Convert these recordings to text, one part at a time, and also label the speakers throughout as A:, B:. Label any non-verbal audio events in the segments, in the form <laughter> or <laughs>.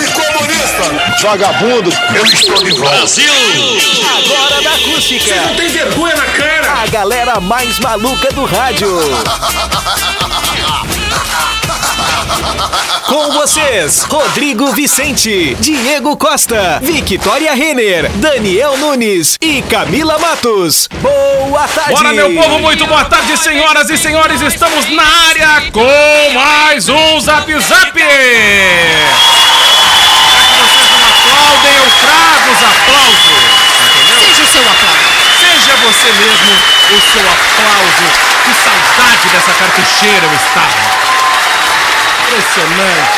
A: e comunista.
B: Vagabundo, eu estou de volta.
C: Agora na acústica.
A: Tem vergonha na cara.
C: A galera mais maluca do rádio. Com vocês, Rodrigo Vicente, Diego Costa, Victoria Renner, Daniel Nunes e Camila Matos. Boa tarde.
D: Bora, meu povo, muito boa tarde, senhoras e senhores. Estamos na área com mais um Zap Zap. Já que vocês não aplaudem, eu trago os aplausos. Entendeu?
E: Seja o seu aplauso.
D: Seja você mesmo o seu aplauso. Que saudade dessa cartucheira eu estava. Impressionante.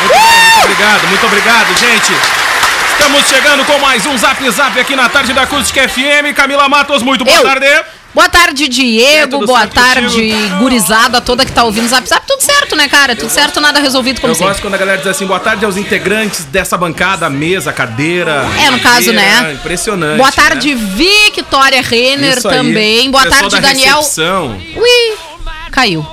D: Muito bem, muito obrigado, muito obrigado, gente. Estamos chegando com mais um Zap Zap aqui na tarde da Acústica FM. Camila Matos, muito boa
E: Eu.
D: tarde.
E: Boa tarde, Diego.
D: tudo
E: Boa
D: certo
E: tarde,
D: contigo?
E: gurizada toda que tá ouvindo o Zap Zap. Tudo certo, né, cara? Tudo certo, nada resolvido, como
D: Eu
E: sempre.
D: gosto quando a galera diz assim, boa tarde aos integrantes dessa bancada, mesa, cadeira.
E: É, no caso,
D: cadeira.
E: né?
D: Impressionante.
E: Boa tarde, Victoria Renner
D: Isso aí.
E: também. Boa
D: Pessoal
E: tarde,
D: da
E: Daniel.
D: recepção.
E: Ui, caiu.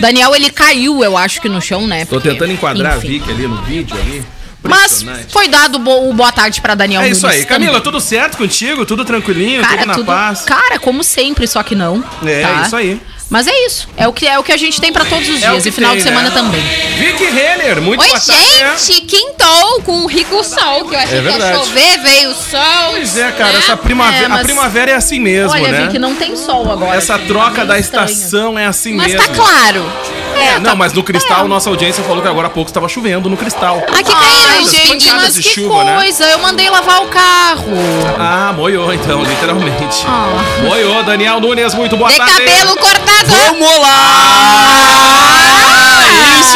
E: Daniel, ele caiu, eu acho que no chão, né?
D: Tô
E: Porque,
D: tentando enquadrar
E: enfim.
D: a Vicky ali no vídeo ali.
E: Mas
D: Impressionante.
E: foi dado bo- o boa tarde pra Daniel
D: É isso
E: Nunes
D: aí. Camila,
E: um também.
D: tudo certo contigo? Tudo tranquilinho?
E: Cara,
D: tudo na
E: tudo,
D: paz?
E: cara, como sempre, só que não.
D: É,
E: tá?
D: isso aí.
E: Mas é isso. É o que, é o que a gente tem pra todos os
D: É o
E: dias.
D: que
E: e final
D: tem,
E: de semana
D: né?
E: também.
D: Vicky Renner, muito
F: Oi,
D: boa tarde. né?
F: gente, quintou com um rico sol, que eu achei
D: É
F: que ia
D: verdade.
F: chover, veio o sol.
D: Pois é, cara,
F: né?
D: essa primavera,
E: É, mas-
D: a primavera é assim mesmo,
E: Olha,
D: né?
E: Vicky, não tem sol agora.
D: Essa
E: gente,
D: troca
E: meio
D: da
E: estranho.
D: estação é assim
F: Mas
D: mesmo.
F: tá claro.
E: É,
D: Não,
E: tá-
D: mas no cristal, nossa audiência falou que agora há pouco estava chovendo no cristal.
F: Aqui
E: Ai,
F: tem, né,
D: Pancadas
E: gente, mas
D: de
E: que
D: chuva, né?
E: coisa. Eu mandei lavar o carro.
D: Ah, moiou então, literalmente.
E: Ah.
D: Moiou, Daniel Nunes, muito boa
F: De
D: tarde.
F: cabelo
E: é?
F: cortado.
C: Vamos lá! É Isso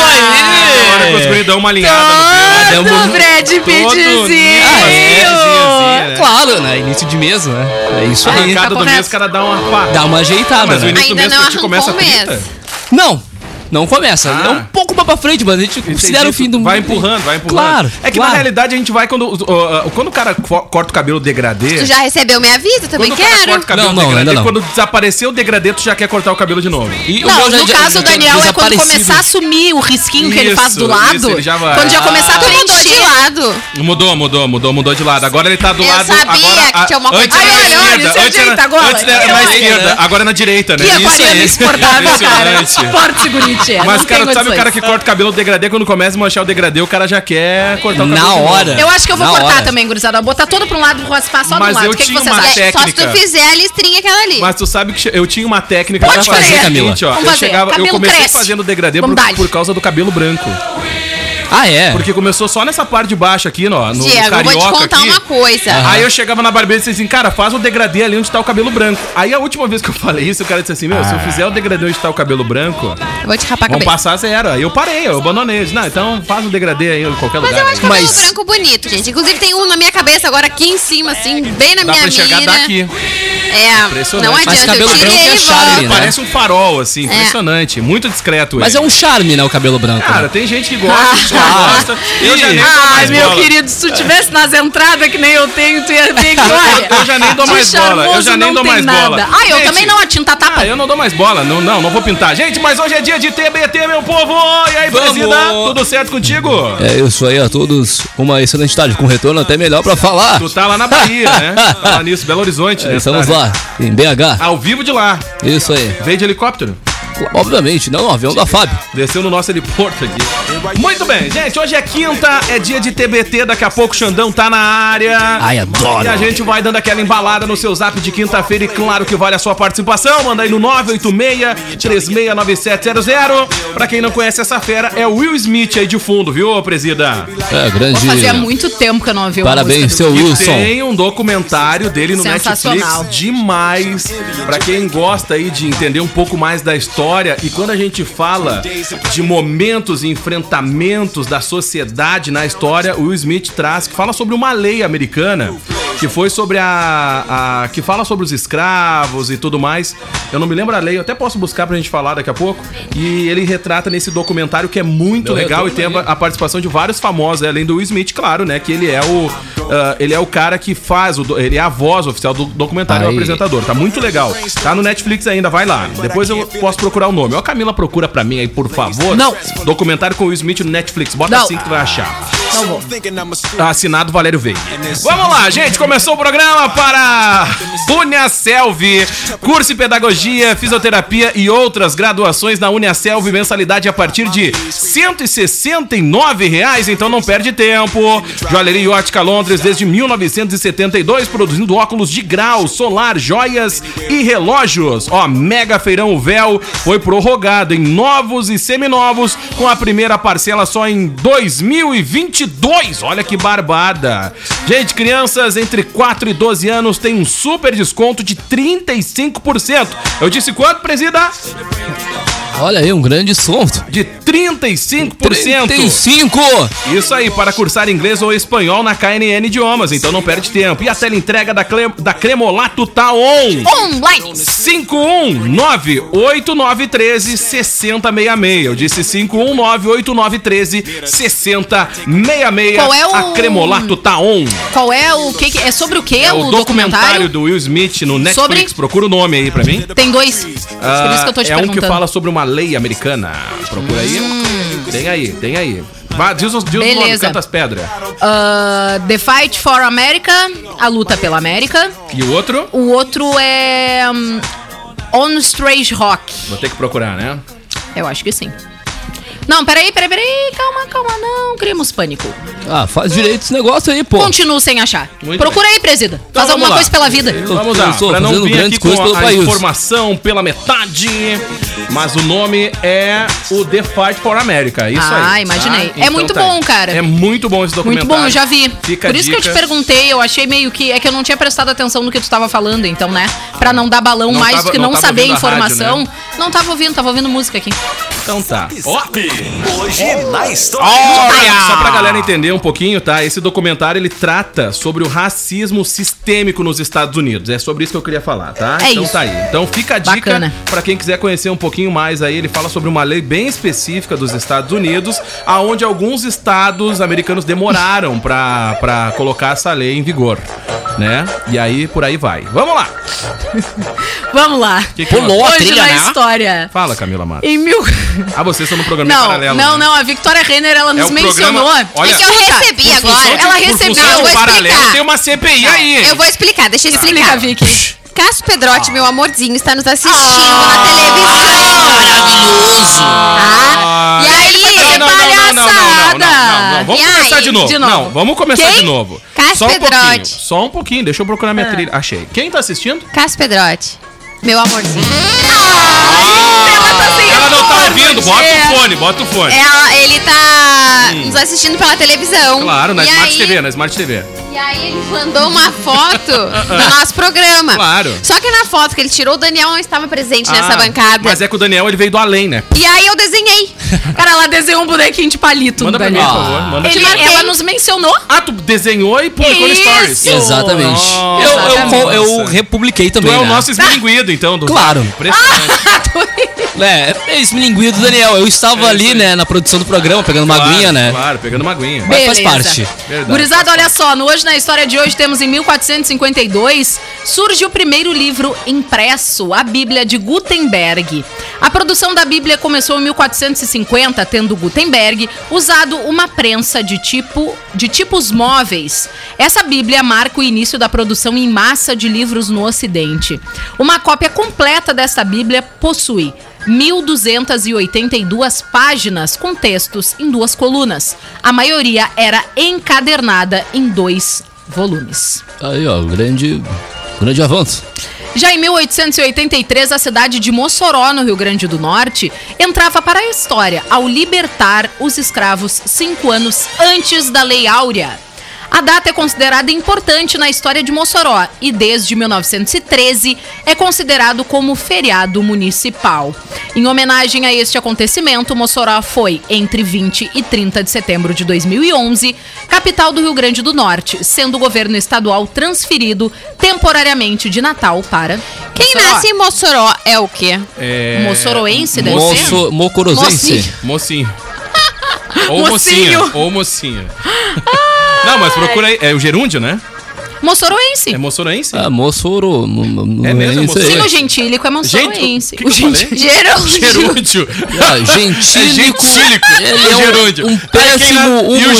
D: Agora que Ah! os
C: aí!
D: guris dão uma
C: Ah,
D: alinhada no pelo.
C: demos um-
E: Brad
D: Todo
E: Pittzinho.
D: Ah, é, zinho, zinho, né?
C: Claro, né? Início de mês, né? É isso aí.
D: Arrancada do
E: correto.
D: mês, o cara dá uma pá.
C: Dá um- uma ajeitada,
D: Ah. Mas o
C: né?
D: início do
F: Ainda
D: mês
F: não
D: pra ti começa
F: arrancou o mês.
D: 30.
C: Não, não começa.
D: Ah.
C: É um pouco mais pra frente, mas a gente considera o fim do
D: Vai empurrando, vai empurrando.
C: Claro.
D: É que
C: claro.
D: na realidade a gente vai quando. ó, ó, quando o cara co- corta o cabelo degradê.
F: Tu já recebeu minha vida, também
D: quando o cara
F: quero.
D: corta o cabelo
C: Não, não,
D: degradê,
C: ainda não.
D: quando desapareceu o degradê, tu já quer cortar o cabelo de novo.
C: E o
E: Não,
C: meu já-
E: no
C: já-
E: caso, o
C: já-
E: Daniel é quando
C: desaparecido.
E: começar a sumir o risquinho que ele
D: Isso,
E: faz do
D: isso,
E: lado.
D: ele já vai. Ah.
E: Quando já começar a
F: Tu mudou de
E: preencher.
F: lado.
D: Mudou, mudou, mudou, mudou de lado. Agora ele tá do
F: Eu
D: lado.
F: sabia
D: agora,
F: que
D: a-
F: tinha uma coisa-
D: antes era
F: Ai,
D: na
E: olha, olha,
D: esquerda,
E: se
D: antes era-
E: ajeita agora.
D: Antes era na
E: Olha,
D: esquerda,
C: né?
D: agora é na direita, né?
E: Que
C: Isso
E: aquariano
C: aí.
E: insuportável, cara. é,
D: Impressionante.
E: Suporte, segurinite.
D: Mas, cara, tu sabe o cara que corta o cabelo do degradê, quando começa a manchar o degradê, o cara já quer cortar o cabelo.
C: Na
D: de novo.
C: hora.
E: Eu acho que eu vou
C: Na
E: cortar
C: hora.
E: também, gurizada. Vou botar todo pra um lado, vou raspar só
D: Mas
E: do lado.
D: eu
E: O que, que
D: tinha
E: vocês
D: uma
E: acham?
D: técnica.
F: É, só se tu fizer a listrinha aquela ali.
D: Mas tu sabe que eu tinha uma técnica
E: Pode
D: pra
E: fazer,
C: Camila.
D: seguinte, ó,
E: Vamos
D: eu
E: fazer.
D: chegava, eu
E: Cabelo
D: comecei
E: cresce.
D: fazendo degradê por,
E: Vamos dar-lhe.
D: por causa do cabelo branco.
C: Ah, é?
D: Porque começou só nessa parte de baixo aqui, ó, no, no
F: Diego, eu vou
D: carioca
F: te contar
D: aqui.
F: uma coisa.
C: Aham.
D: Aí eu chegava na barbeira e disse assim, cara, faz o degradê ali onde tá o cabelo branco. Aí a última vez que eu <laughs> falei isso, o cara disse assim, meu, se eu fizer o degradê onde tá o cabelo branco,
F: Eu vou te rapar a
D: vão
F: cabeça.
D: passar zero. Aí eu parei, eu abandonei. Eu disse, não, então faz o degradê aí em qualquer
F: Mas
D: lugar.
F: eu acho cabelo
C: Mas-
F: branco bonito, gente. Inclusive tem um na minha cabeça agora aqui em cima, assim, bem na
D: Dá
F: minha
D: pra enxergar
F: mina.
D: daqui.
F: É,
D: Impressionante.
F: não
D: Mas
F: adianta,
C: cabelo
F: eu
C: branco
F: tirei
C: é
F: e
C: charme,
F: volto.
C: né?
D: Parece um farol, assim, impressionante. Muito discreto
C: Mas é
D: ele.
C: um charme, né, o cabelo branco. né?
D: Cara, tem gente que gosta, gente que não gosta. Eu já nem dou
F: Ah,
E: Ai,
D: mais
E: meu
D: bola.
E: querido, se tu tivesse nas entradas que nem eu tenho, tu ia
D: <laughs>
E: ver que olha.
D: Eu já nem dou
E: de
D: mais bola, eu
E: charmoso
D: já nem
E: não
D: dou
E: tem
D: mais
E: nada.
D: bola.
E: Ah, eu
D: Gente,
E: também não, a
F: um
E: tinta tapa.
D: Ah, eu não dou mais bola. Não, não, não vou pintar. Gente, mas hoje é dia de TBT, meu povo. E aí,
C: Vamos.
D: presida? Tudo certo contigo?
C: É isso aí a todos. Uma excelente tarde com retorno até melhor pra falar.
D: Tu tá lá na Bahia, né? Tá
G: <laughs>
D: lá nisso, Belo Horizonte.
G: É,
D: né?
C: É, Estamos
D: Tá, né?
C: lá, em BH.
D: Ao vivo de lá.
C: Isso aí.
D: Veio de helicóptero.
C: Obviamente, não, o avião da Fábio.
D: Desceu no nosso heliporto aqui. Muito bem, gente. Hoje é quinta, é dia de TBT. Daqui a pouco o Xandão tá na área.
C: Ai, adoro.
D: E a gente vai dando aquela embalada no seu zap de quinta-feira. E claro que vale a sua participação. Manda aí no 986-369700. Pra quem não conhece essa fera, é o Will Smith aí de fundo, viu, presida?
C: É, grande.
E: Fazia muito tempo que eu não ouvi uma
C: Parabéns,
E: música
C: seu
D: E
C: Wilson.
D: tem um documentário dele no
E: Sensacional.
D: Netflix demais. Pra quem gosta aí de entender um pouco mais da história e quando a gente fala de momentos e enfrentamentos da sociedade na história, o Will Smith traz que fala sobre uma lei americana que foi sobre a, a- que fala sobre os escravos e tudo mais. Eu não me lembro a lei, eu até posso buscar pra gente falar daqui a pouco. E ele retrata nesse documentário que é muito
G: Meu
D: legal e
G: retorno
D: tem a,
G: aí.
D: a participação de vários famosos, além do Will Smith, claro, né? Que ele é o ah, ele é o cara que faz o do- ele é a voz oficial do documentário, é o
G: Aí.
D: apresentador. Tá muito legal. Tá no Netflix ainda, vai lá. Depois eu posso procurar o nome. Ó, Camila, procura pra mim aí, por favor.
E: Não.
D: Documentário com o Will Smith no Netflix. Bota
E: Não.
D: assim que tu vai achar.
E: Não vou.
D: Assinado Valério Veiga. Vamos lá, gente. Começou o programa para Uniaselv. Curso em Pedagogia, Fisioterapia e outras graduações na Uniaselv. Mensalidade a partir de R$ 169 reais. Então não perde tempo. Joalheria e Ótica Londres desde 1972, produzindo óculos de grau, solar, joias e relógios. Ó, mega feirão o véu foi prorrogado em novos e seminovos, com a primeira parcela só em 2022. Olha que barbada. Gente, crianças entre 4 e 12 anos têm um super desconto de 35%. Eu disse quanto, presida?
G: Olha aí, um grande desconto.
D: De 35%.
G: 35!
D: Isso aí, para cursar inglês ou espanhol na KNN Idiomas, então não perde tempo. E a teleentrega da, Cle... da Cremolato tá on!
F: Online.
D: 519-8913-6066. Eu disse 519-8913-6066.
E: Qual é o-
D: A Cremolato tá on.
E: Qual é o que, que- é sobre o que
D: É o
E: o
D: documentário
E: documentário?
D: do Will Smith no Netflix.
E: Sobre?
D: Procura o nome aí pra mim.
E: Tem dois. Por isso que eu tô te
D: é um
E: perguntando.
D: que
E: Hum.
D: fala sobre uma lei americana. Procura aí. Tem aí, tem aí. Vá, diz os, diz os
E: Beleza.
D: nomes, canta as pedras.
E: Ah, The Fight for America, a luta pela América.
D: E o outro?
E: O outro é hum, On Strange Rock.
D: Vou ter que procurar, né?
E: Eu acho que sim. Não, peraí, peraí, peraí. Calma, calma, não. Criamos pânico.
G: Ah, faz direito esse negócio aí, pô.
E: Continuo sem achar.
D: Muito
E: Procura aí, presida. Faz
D: Então, vamos
E: alguma
D: lá.
E: coisa pela vida.
D: Vamos lá,
G: Pensou,
D: pra não
G: fazendo
D: vir
G: grandes
D: aqui com
G: coisas pelo
D: a, a
G: país.
D: informação pela metade, mas o nome é o The Fight for America, isso aí.
E: Ah,
D: tá?
E: imaginei. É
D: Então
E: muito
D: tá aí.
E: bom, cara.
D: É muito bom esse
E: Muito
D: documentário.
E: bom, eu já vi.
D: Fica
E: Por isso que eu te perguntei, eu achei meio que. É que eu não tinha prestado atenção no que tu tava falando, então, né? Pra não dar balão
D: Não
E: mais
D: tava-
E: do que
D: não
E: não,
D: tava
E: saber
D: ouvindo a
E: informação.
D: rádio, né?
E: Não tava ouvindo, tava ouvindo música aqui.
D: Então tá. Ó,
H: Hoje na história.
D: Olha! Só pra galera entender um pouquinho, tá? Esse documentário ele trata sobre o racismo sistêmico nos Estados Unidos. É sobre isso que eu queria falar, tá?
E: É
D: então
E: isso.
D: tá aí. Então fica a dica
E: Bacana.
D: pra quem quiser conhecer um pouquinho mais aí. Ele fala sobre uma lei bem específica dos Estados Unidos, aonde alguns estados americanos demoraram pra, pra colocar essa lei em vigor, né? E aí por aí vai. Vamos lá.
E: Vamos lá.
D: Que que
G: Pulou
D: nós-
G: a
E: Hoje
G: trilha,
E: na
G: né?
E: história.
D: Fala, Camila Mata.
E: Em mil.
D: Ah, vocês estão no programa
E: Não,
D: paralelo. né?
E: não,
D: É
E: não. A Victoria Renner, ela nos
D: o
E: mencionou.
D: programa- olha-
F: É que eu recebi agora.
E: ela
D: Por
E: recebeu,
D: função
F: eu vou
D: um paralelo
F: explicar.
D: tem um uma CPI aí.
F: Tá.
D: Tá.
F: Eu vou explicar, deixa eu
E: Explica,
F: explicar.
E: Vicky.
F: Cássio
D: Ah.
F: Pedrotti, meu amorzinho, está nos assistindo na televisão.
D: Ah,
F: Tá? E aí,
D: Não, não, não, não, não, não, não, não, não. Vamos
F: E aí?
D: começar de novo.
E: De novo.
D: Não, vamos começar
F: Quem?
D: de novo.
F: Cássio
D: Só um pouquinho.
F: Pedrotti. Ah.
D: Só um pouquinho, deixa eu procurar minha trilha. Achei. Quem tá assistindo?
F: Cássio Pedrotti, meu amorzinho.
E: Ela tá sem
D: Ah! Ela não tá
E: amor,
D: ouvindo. Bota
E: mulher.
F: É.
D: o fone, bota o fone.
F: Ela, ele tá nos assistindo pela televisão.
D: Claro, na
F: e
D: Smart
F: aí,
D: TV, na Smart TV.
F: E aí ele mandou
D: <laughs>
F: uma foto do nosso programa.
D: Claro.
F: Só que na foto que ele tirou, o Daniel não estava presente
D: Ah,
F: nessa bancada.
D: Mas é que o Daniel ele veio do além, né?
F: E aí eu desenhei.
E: Cara, ela desenhou um bonequinho de palito
D: Manda
E: no
D: pra mim, por
E: Daniel.
D: favor. Manda
E: Ele,
D: pra mim.
E: ela nos mencionou.
F: <laughs>
D: Ah, tu desenhou e publicou no
E: Isso!
D: Stories.
G: Exatamente.
D: Nossa.
G: Eu, eu, eu
D: Nossa.
G: republiquei
D: Tu
G: também.
D: é o
G: né?
F: <laughs>
D: nosso esmilinguido, então. Do...
G: Claro.
D: Impressionante.
G: É, é esmilinguido, Daniel. Eu estava ali, né, na produção do programa, pegando uma
D: É Claro,
G: aguinha, né?
D: Claro, pegando uma aguinha.
G: Mas faz parte.
D: Verdade.
E: Gurizada, olha só, no Hoje na História de hoje temos em 1452 surge o primeiro livro impresso, a Bíblia de Gutenberg. A produção da Bíblia começou em 1450, tendo Gutenberg usado uma prensa de tipo de tipos móveis. Essa Bíblia marca o início da produção em massa de livros no Ocidente. Uma cópia completa dessa Bíblia possui 1.282 páginas com textos em duas colunas. A maioria era encadernada em dois volumes.
G: Aí, ó, grande, grande avanço.
E: Já em 1883, a cidade de Mossoró, no Rio Grande do Norte, entrava para a história ao libertar os escravos cinco anos antes da Lei Áurea. A data é considerada importante na história de Mossoró e, desde 1913, é considerado como feriado municipal. Em homenagem a este acontecimento, Mossoró foi, entre 20 e 30 de setembro de 2011, capital do Rio Grande do Norte, sendo o governo estadual transferido temporariamente de Natal para.
F: Quem
E: Mossoró.
F: nasce em Mossoró é o quê?
D: É...
E: Mossoroense, deve ser?
G: Moço, mocorosense.
F: Mocinho.
D: Mocinho.
G: <laughs>
D: Ou mocinha.
E: Mocinho.
D: Ou mocinha.
G: Ah!
D: Não, mas procura aí. É o gerúndio, né?
E: Mossoroense.
D: É moçoroense?
G: Ah, moçoro. mo- mo- mo-
D: É mesmo,
G: isso aí.
E: Sim, o gentílico é
D: Gente,
E: mossoroense.
D: o que que eu falei?
F: Gerúndio.
D: Gerúndio.
G: Ah,
D: <laughs>
G: gentílico. <laughs> Ele
D: É o
G: é um-
D: gerúndio.
G: um péssimo
D: E o
G: humorista.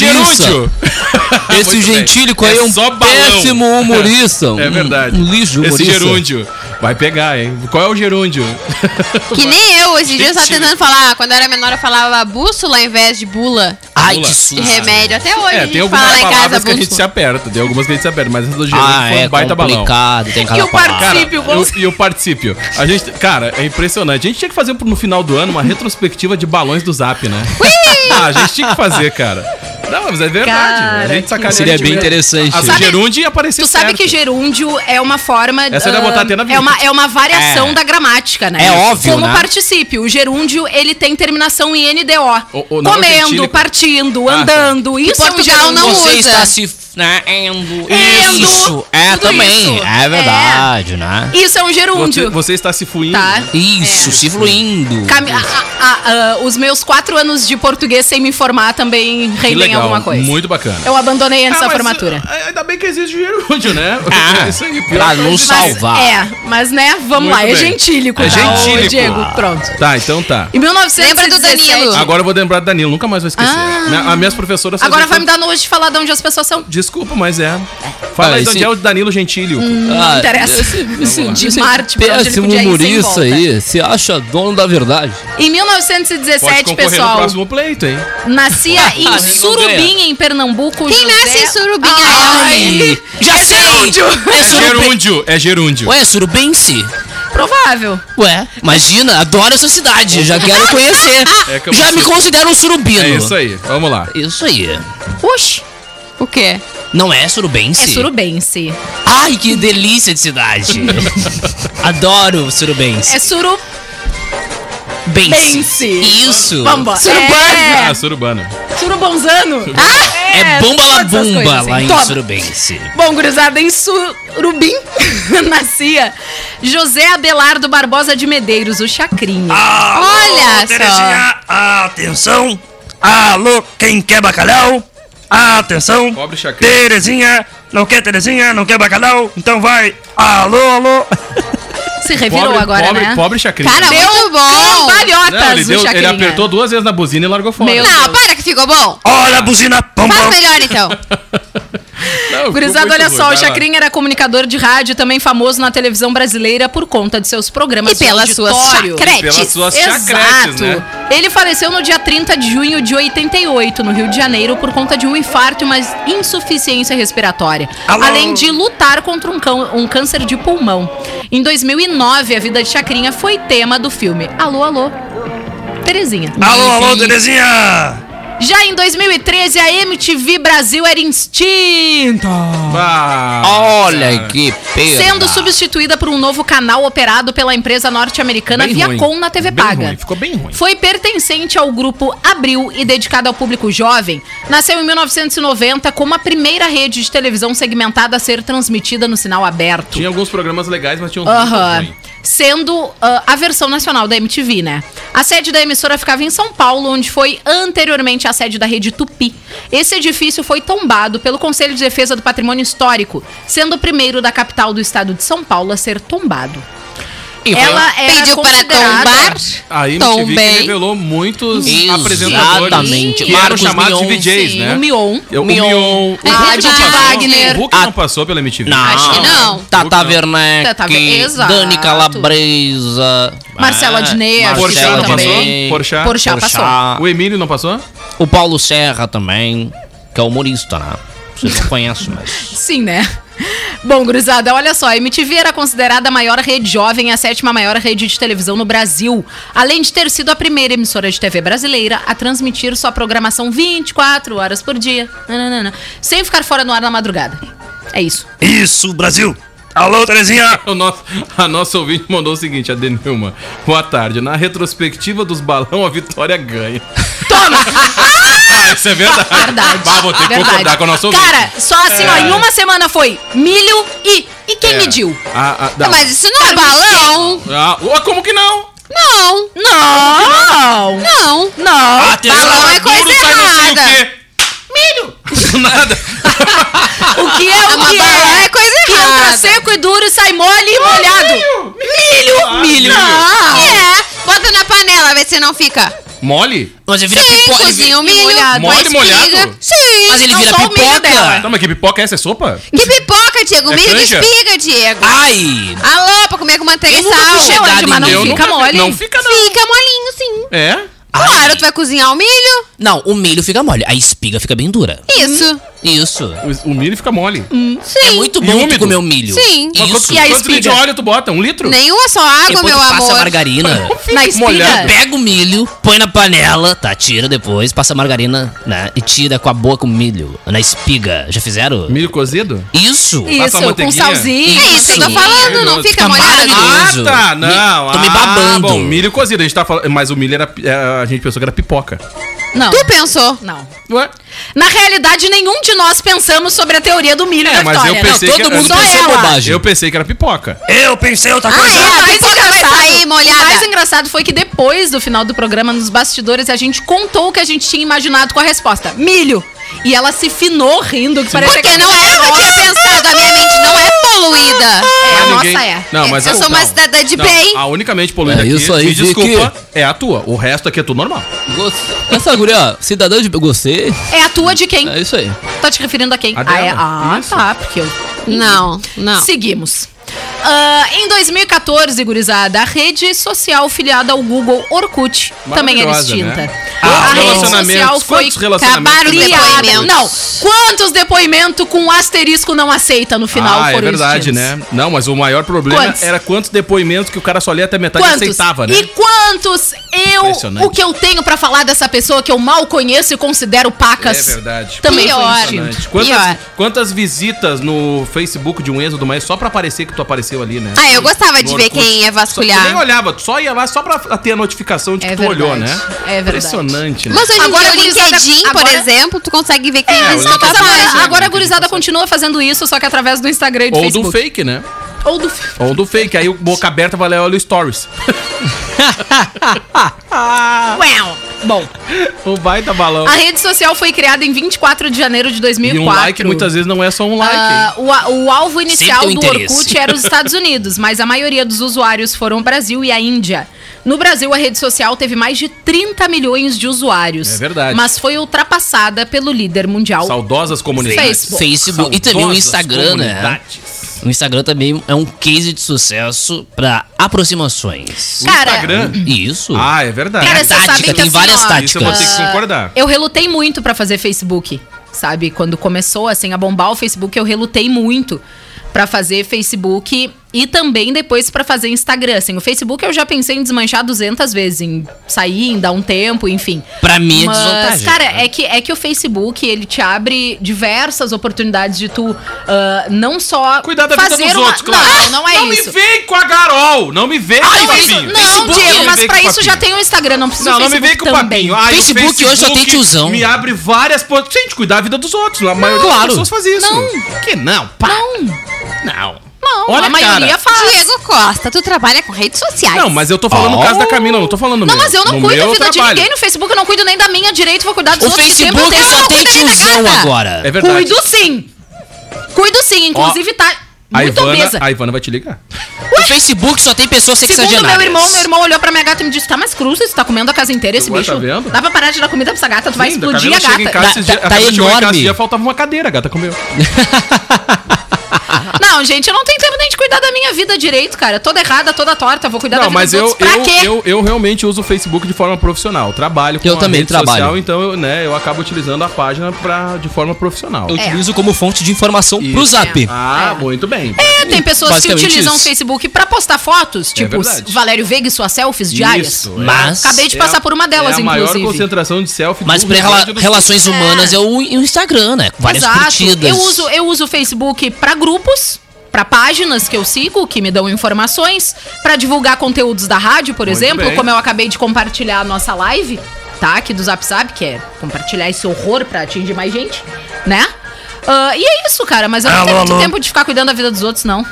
D: gerúndio?
G: <laughs>
D: Ah,
G: Esse
D: Muito bem.
G: gentílico aí é um
D: só balão.
G: péssimo humorista.
D: <laughs> É
G: um-
D: verdade.
G: Um lixo
D: Esse
G: humorista.
D: gerúndio. Vai pegar, hein? Qual é o
G: <laughs>
D: gerúndio?
F: Que nem eu, esses dias eu tava
D: Gentílico.
F: tentando falar. Quando eu era menor, eu falava bússola ao invés de bula.
G: Ai,
D: Pula.
G: que
F: De
G: susto.
F: remédio. Até hoje
D: é,
F: a
D: tem
F: gente
D: algumas
F: fala lá em
D: palavras
F: casa
D: que a gente se
F: bússola.
D: aperta. Tem algumas que a gente se aperta, mas essa do gerúndio
G: Ah,
D: foi
G: é
D: um baita balão.
G: complicado. Tem
E: E
G: cada
E: o
G: palavra.
D: Cara,
E: Princípio,
D: eu-
E: gosto.
D: e o particípio. A gente, cara, é impressionante. A gente tinha que fazer no final do ano uma retrospectiva de balões do Zap, né? ah, a gente tinha que fazer, cara. Não, mas é verdade.
E: Cara,
D: a gente
E: que
D: sacaneia.
G: Seria
D: a gente
G: bem
D: mesmo.
G: interessante.
D: A do
E: Sabe-
D: Gerundi ia aparecer
E: Tu sabe
D: certo.
E: que gerúndio é uma forma.
D: Essa eu ia
E: ah,
D: botar até na
E: é,
D: vinheta.
E: uma, é uma variação
G: É.
E: da gramática, né?
G: É óbvio,
E: Como
G: né?
E: particípio. O gerúndio, ele tem terminação em NDO.
D: O- o- não, o
E: Comendo,
D: gentílico.
E: partindo,
D: Ah, tá.
E: andando. Isso é um
F: Portugal não
E: gerúndio.
G: Você
F: usa.
G: está se. f- Né, endo.
E: Endo.
G: Isso. É,
E: Tudo
G: também.
E: isso.
G: É verdade, né?
E: Isso é um
D: Você,
E: gerúndio.
D: você está se fuindo.
E: Tá.
G: Isso, se fluindo.
E: Cami- a- a- a- os meus quatro anos de português sem me formar também
D: Que
E: rendem
D: legal.
E: alguma coisa.
D: Muito bacana.
E: Eu abandonei antes
D: Ah,
E: da
D: mas,
E: formatura.
D: ah, Ainda bem que existe o gerúndio, né?
G: Ah,
D: <laughs>
G: pra
D: pior que
G: nos
D: existe.
G: salvar. vá.
E: É, mas né, vamos
D: Muito
E: lá. É
D: bem.
E: gentílico,
D: É
E: tá? Ô,
D: gentílico.
G: Ah.
E: Diego, pronto.
D: Tá, então tá.
E: Em 1917,
F: Lembra do Danilo?
D: Agora eu vou lembrar do Danilo, nunca mais vou esquecer. Minha- as minhas professoras.
E: Ah. Agora
D: faziam
E: vai me dar nojo de falar de onde as pessoas são.
D: Desculpa, mas é. Fala
G: Ah,
D: aí, de onde
G: esse-
D: é o Danilo Gentilho?
E: Hum.
G: Ah,
E: Não interessa.
G: esse- esse-
E: De
G: esse
E: Marte, pra onde ele
G: péssimo
E: podia ir sem
G: humorista
E: volta.
G: aí, se acha dono da verdade.
D: Pode
E: Em 1917,
D: concorrer no
E: pessoal,
D: próximo pleito, hein?
G: <laughs>
E: nascia em
G: Ah, Ninguém
E: Surubim,
G: ganha.
E: em Pernambuco.
F: Quem
E: José-
F: nasce em Surubim? é
G: Ai, já sei! É surubim.
D: Gerúndio, é gerúndio.
G: Ué, surubense?
E: Provável.
G: Ué, imagina, adoro essa cidade, já quero
E: <laughs>
G: conhecer.
E: Ah,
D: É que eu
G: já
D: vou
G: me
D: ser-
G: considero um surubino.
D: É isso aí, vamos lá.
G: Isso aí.
E: Oxi,
F: O quê?
G: Não é surubense?
E: é surubense.
G: Ai, que delícia
E: <laughs>
G: de cidade. Adoro surubense.
E: É suru... bense.
G: Bense. Isso.
E: Bamba.
D: Ah,
E: É,
D: Surubano.
E: surubonzano. Ah,
G: É, bomba la
E: todas as
G: bomba
E: coisas,
G: lá
E: hein?
G: em
E: Toma.
G: surubense.
E: Bom, gurizada, em Surubim <laughs> nascia José Abelardo Barbosa de Medeiros, o Chacrinha.
F: Olha só.
H: Terezinha, atenção! Alô, quem quer bacalhau? Atenção!
D: Pobre chacrinha.
H: Terezinha, não quer Terezinha, não quer bacalhau? Então vai! Alô, alô!
E: Se revirou
D: Pobre,
E: agora,
D: pobre,
E: né?
D: pobre chacrinha.
F: Cara,
E: Deu
F: muito Tá bom.
D: Não, ele,
E: cambalhotas
D: deu,
E: o
D: ele
E: Chacrinha.
D: apertou duas vezes na buzina e largou fora.
E: tá, Meu
F: Não, para que ficou bom.
H: Olha a buzina, pom,
F: Faz
H: pom.
F: melhor
G: <laughs>
F: então.
D: Não, ficou
E: Gurizada,
D: muito
E: olha
D: ruim,
E: só,
D: vai
E: o
D: lá.
E: Chacrinha era comunicador de rádio, também famoso na televisão brasileira por conta de seus programas
F: E pelas
E: de
F: suas
E: auditório.
F: chacretes.
D: Pelas suas chacretes,
E: Exato.
D: né?
E: Ele faleceu no dia 30 de junho de 88, no Rio de Janeiro, por conta de um infarto e uma insuficiência respiratória.
H: Alô?
E: Além de lutar contra um, cão- um câncer de pulmão. Em 2009, a vida de Chacrinha foi tema do filme Alô, Alô, Terezinha.
H: Alô, alô, Terezinha!
E: Já em 2013, a MTV Brasil era extinta.
D: Ah,
G: Olha
D: cara.
G: que pena.
E: Sendo substituída por um novo canal operado pela empresa norte-americana
D: Bem ruim.
E: Viacom na TV
D: Bem
E: Paga.
D: ruim, Ficou bem ruim.
E: Foi pertencente ao grupo Abril e dedicado ao público jovem. Nasceu em 1990 como a primeira rede de televisão segmentada a ser transmitida no sinal aberto.
D: Tinha alguns programas legais, mas tinha uns
E: Aham.
D: muito ruim.
E: Sendo ah, a versão nacional da MTV, né? A sede da emissora ficava em São Paulo, onde foi anteriormente a sede da rede Tupi. Esse edifício foi tombado pelo Conselho de Defesa do Patrimônio Histórico, sendo o primeiro da capital do estado de São Paulo a ser tombado.
G: E foi-
E: Ela era
F: Pediu para
E: considerada-
F: tombar.
D: A MTV
F: Tom
D: que
F: bem.
D: revelou muitos
G: Exatamente.
D: apresentadores que eram
G: Marcos
D: chamados
G: Mion,
D: de DJs,
E: sim.
D: né?
E: O um Mion.
D: Eu- O
G: Mion.
D: Mion.
E: A
D: O Hulk
E: Edith
D: não passou-
E: Wagner. Ah.
D: O Hulk
G: A-
D: não passou pela MTV.
G: Não.
F: Acho que não.
G: Tata
D: Não.
E: Tata
G: Werneck,
E: Werneck, exato.
G: Dani Calabresa, Ah,
E: Marcelo Adnet, acho que
D: Porchat
G: Marcelo
D: não
G: também.
D: passou? Porchat.
E: Porchat
G: Porchat.
D: O Emílio não passou? <laughs>
G: O Paulo Serra também, que é humorista, né? Vocês não conhecem, mas. <laughs>
E: Sim, né? Bom, gurizada, olha só, a MTV era considerada a maior rede jovem e a sétima maior rede de televisão no Brasil, além de ter sido a primeira emissora de TV brasileira a transmitir sua programação 24 horas por dia, nananana, sem ficar fora do ar na madrugada. É isso.
H: Isso, Brasil! Alô, Terezinha!
D: O nosso, a nossa ouvinte mandou o seguinte, a Denilma. Boa tarde. Na retrospectiva dos balão, a vitória
E: <laughs>
D: ganha.
E: Toma!
D: Ah, isso é verdade.
E: <laughs> Verdade.
D: Bah, vou ter que
E: Verdade.
D: concordar com a nossa ouvinte.
E: Cara, só assim, ó, em uma semana foi milho e. E quem
D: É.
E: mediu? Tá
D: Ah, ah, não.
F: Mas isso não é balão!
D: Ah, ué, como que não?
F: Não!
D: Ah,
E: Não!
D: tá.
F: Não!
E: Não!
F: Balão é coisa errada!
D: Milho! Nada.
E: O que é o
D: Tá
G: Tá
F: Mas
E: que
F: balão
E: é?
F: é coisa
E: que entra
F: errada.
E: seco e duro e sai mole e molhado.
D: Ah,
E: Milho! Ah.
D: milho. Ah,
E: Não!
F: É! Bota na panela, vê se não fica.
D: Mole?
G: Mas ele vira
F: Sim,
G: pipoca. ele
F: cozinha um- o
G: vira-
F: milho,
E: molhado.
F: uma
D: Mole molhado?
F: espiga. Sim!
G: Mas ele
E: Não,
G: vira
E: só o milho dela.
G: pipoca.
D: Não, mas que pipoca é essa? É sopa?
F: Que pipoca, Diego!
D: É
F: milho de
D: canja?
F: espiga, Diego!
G: Ai!
F: Alô, pra comer com manteiga
E: Eu
F: e
E: nunca
F: sal!
E: fui chegada,
G: Chegada
E: mas não
G: em Deus,
E: fica
D: nunca-
E: mole.
D: não fica não.
F: Fica molinho, sim!
D: É?
G: Ah.
F: Claro, tu vai cozinhar o milho?
G: Não, o milho fica mole, a espiga fica bem dura.
F: Isso!
G: Hum. Isso.
D: O, o milho fica mole.
F: Sim!
G: É muito
D: E
G: bom tu
D: úmido.
G: comer o milho.
F: Sim.
D: Mas
G: Isso.
D: quanto,
E: E a
D: quantos litros de
E: espiga?
D: óleo tu bota? Um litro?
F: Nenhuma só água,
G: Depois
F: meu
G: tu passa
F: é amor!
G: a margarina.
E: Na espiga.
D: molhado.
G: Pega o milho, põe na panela, tá? Tira depois, passa a margarina, né? E tira com a boca o milho. Na espiga. Já fizeram?
D: Milho cozido?
G: Isso!
D: Passa uma
E: Isso, com
D: manteiguinha.
E: salzinho.
F: É isso que eu tô
G: Sim.
F: falando, não
D: Maravilhoso.
F: fica
G: Tá
F: molhado!
G: maravilhoso.
D: Ah, tá,
G: Mi-
D: não.
G: tô me
D: ah,
G: babando.
D: bom, milho cozido, a gente tá falando. Mas o milho era. pi- é, A gente pensou que era pipoca.
E: Não.
F: Tu pensou?
E: Não.
D: Ué?
E: Na realidade, nenhum de nós pensamos sobre a teoria do milho
D: É,
E: da né?
D: mas
E: vitória.
D: eu pensei
G: Todo
D: que era-
G: mundo
E: Só
G: pensou
E: ela.
G: bobagem.
D: Eu pensei que era pipoca.
H: Eu pensei outra
F: Ah,
H: coisa!
F: é?
E: Ah,
F: A
E: mais
F: pipoca vai
E: engraçado-
F: sair molhada.
E: O mais engraçado foi que depois do final do programa, nos bastidores, a gente contou o que a gente tinha imaginado com a resposta: milho. E ela se finou rindo, que parecia
F: Porque
E: que
F: não era o que eu tinha pensado, a minha mente não é poluída!
D: Mas
F: É, a
D: ninguém-
F: nossa é!
D: Não, mas
F: Eu
D: a-
F: sou uma
D: não,
F: cidadã de
D: não,
F: bem!
D: A unicamente poluída
G: É
D: aqui,
G: isso aí,
D: me
G: Vicky.
D: desculpa, é a tua. O resto aqui é tudo normal.
G: Gost- Essa guria, ó, cidadã de. Gostei.
E: É a tua de quem?
G: É isso aí.
E: Tá te referindo a quem?
D: A
E: ah, é?
D: dela.
E: ah
D: Isso.
E: tá, porque eu.
F: Não, não.
E: Seguimos. Ah, em 2014, gurizada, a rede social filiada ao Google Orkut também era
D: Maravilhosa,
E: extinta.
D: né? Ah,
E: a rede
D: relacionamentos.
E: social foi
D: Quantos relacionamentos
E: acabaram-
F: tem?
E: criada.
F: Depoimentos.
E: Não, quantos depoimentos com asterisco não aceita no final
D: ah, é
E: foram
D: verdade,
E: extintos?
D: né? Não, mas o maior problema
E: Quantos?
D: era quantos depoimentos que o cara só lia até metade
E: Quantos?
D: e aceitava, né?
E: E quantos eu,
D: Impressionante.
E: o que eu tenho pra falar dessa pessoa que eu mal conheço e considero pacas?
D: É verdade.
E: Também
F: Pior.
E: foi extinto.
D: Impressionante. Quantas,
F: Pior.
D: quantas visitas no Facebook de um Enzo do Maestro só pra aparecer que tu apareceu ali, né?
F: Ah, eu gostava de
D: No
F: ver
D: Orkut. Só, tu
F: quem é ia
D: nem
F: vasculhar.
D: olhava, tu só ia lá só pra ter a notificação de que
E: É
D: tu olhou, né?
E: verdade, é verdade.
D: Impressionante, né?
F: Mas hoje em
E: Agora,
F: dia, o
E: gurizada,
F: LinkedIn, é por
E: agora-
F: exemplo, tu consegue ver quem
D: É,
F: visitou
D: o
F: tua
E: Mas agora,
F: página.
E: agora a gurizada continua fazendo isso, só que através do Instagram e do
D: Ou do
E: Facebook.
D: fake, né?
E: Ou do fe-
D: Ou do fake. Aí o boca aberta vai lá e olha o stories. Ah.
E: Uau. Bom,
D: o Um baita balão.
E: a rede social foi criada em 24 de janeiro de
D: E
E: 2004.
D: um like muitas vezes não é só um like.
E: Ah, o, a- o alvo inicial
G: Sempre
E: do
G: tem um interesse.
E: Orkut era os Estados Unidos, mas a maioria dos usuários foram o Brasil e a Índia. No Brasil, a rede social teve mais de 30 milhões de usuários.
D: É verdade.
E: Mas foi ultrapassada pelo líder mundial.
D: Saudosas comunidades.
E: Facebook. Bom,
G: Facebook. E também o
D: Saudosas
G: Instagram, né?
D: comunidades.
G: O Instagram também é um case de sucesso pra aproximações.
E: Cara,
D: Instagram?
G: Isso.
D: Ah, é verdade.
E: Cara,
D: Isso
E: vocês sabem que
G: Tática, tem
E: assim,
D: eu
E: ó,
G: várias
D: vou ter
G: táticas.
D: que concordar.
E: Eu relutei muito pra fazer Facebook, sabe? Quando começou assim a bombar o Facebook, eu relutei muito pra fazer Facebook e também depois pra fazer Instagram. Assim, o Facebook eu já pensei em desmanchar 200 vezes, em sair, em dar um tempo, enfim.
G: Pra mim é
E: Mas,
G: desvantagem.
E: cara,
D: né?
E: é que, é que o Facebook, ele te abre diversas oportunidades de tu ah, não só
D: Cuidar da vida
E: fazer
D: dos
E: uma...
D: outros, claro.
E: Não, não é isso.
D: Não me vem com a Garol. Não me vem com o
E: Não, isso-
D: Papinho.
E: não,
D: Facebook,
E: Diego,
D: me
E: mas
D: vem
E: pra
D: com o
E: isso já
D: Papinho.
E: tem o Instagram, não precisa
D: Não,
E: do
D: não me
E: Facebook
D: vem com o
E: também.
D: papinho. Ai, o
G: Facebook hoje só tem tiozão.
D: Me abre várias pontas. Gente, cuidar da vida dos outros. A maioria
G: claro.
D: das pessoas faz isso.
E: Não.
D: Que não, pá.
E: Não,
D: Não.
E: não,
D: Olha,
E: a
D: cara.
E: maioria faz.
F: Diego Costa, tu trabalha com redes sociais.
D: Não, mas eu tô falando no
G: Oh.
D: caso da Camila, não tô falando no
E: Não,
D: meu.
E: mas eu não
D: No
E: cuido da
D: meu
E: vida de
D: trabalho.
E: ninguém no Facebook, eu não cuido nem da minha direito, vou cuidar dos
G: O
E: outros que tempo
G: Facebook
E: eu tenho.
G: só
E: Eu
G: tem
E: cuidei da
G: tiozão
E: gata.
G: agora.
D: É verdade.
E: Cuido sim. Cuido sim, inclusive tá
D: a
E: muito
D: Ivana,
E: obesa.
D: a Ivana vai te ligar.
G: O Facebook só tem pessoas
E: Segundo
G: sexagenárias.
E: meu irmão, meu irmão olhou pra minha gata e me disse, tá mais cruz, você tá comendo a casa inteira esse
D: Tu vai,
E: bicho.
D: tá vendo?
E: Dá pra parar de dar comida pra essa gata, tu vai
D: Linda,
E: explodir a
D: Camila chega em
E: gata.
D: casa
G: Tá-
D: esses
G: tá-
D: dias- a
G: tá
D: Camila chegou em casa
E: Tá
G: enorme.
D: esse dia, faltava uma cadeira, a gata comeu.
E: Não, <laughs> Não, gente, eu não tenho tempo nem de cuidar da minha vida direito, cara. Toda errada, toda torta, vou cuidar da
D: Não,
E: vida
D: mas
E: dos
D: eu,
E: outros. Pra
D: eu,
E: quê?
D: eu, eu realmente uso o Facebook de forma profissional. Eu Trabalho com
G: Eu
D: a
G: também
D: rede
G: trabalho.
D: social, então eu, né, eu acabo utilizando a página pra, de forma profissional.
G: Eu
E: É.
G: utilizo como fonte de informação pro
D: Isso.
G: zap.
D: Ah, muito bem.
E: É, tem pessoas que
G: Basicamente
E: utilizam o
G: isso.
E: Facebook pra postar fotos, tipo
D: É verdade.
E: Valério Veiga e suas selfies diárias.
D: Isso, é.
G: Mas-
E: Acabei de passar
D: É a-
E: por uma delas,
D: é a maior
E: inclusive.
D: concentração de selfie
G: Mas
D: do
G: pra
D: Rio
G: rela-
D: Grande do Sul.
G: relações
E: É.
G: humanas é o, o Instagram, né? Com várias curtidas.
E: Eu uso, eu uso o Facebook pra grupos, pra páginas que eu sigo, que me dão informações, pra divulgar conteúdos da rádio, por
D: Muito
E: exemplo,
D: bem.
E: como eu acabei de compartilhar a nossa live, tá? Aqui do Zap Zap, que é compartilhar esse horror pra atingir mais gente, né? Ah, e é isso, cara, mas eu não
H: Alô,
E: tenho muito
H: alô.
E: tempo de ficar cuidando da vida dos outros, não.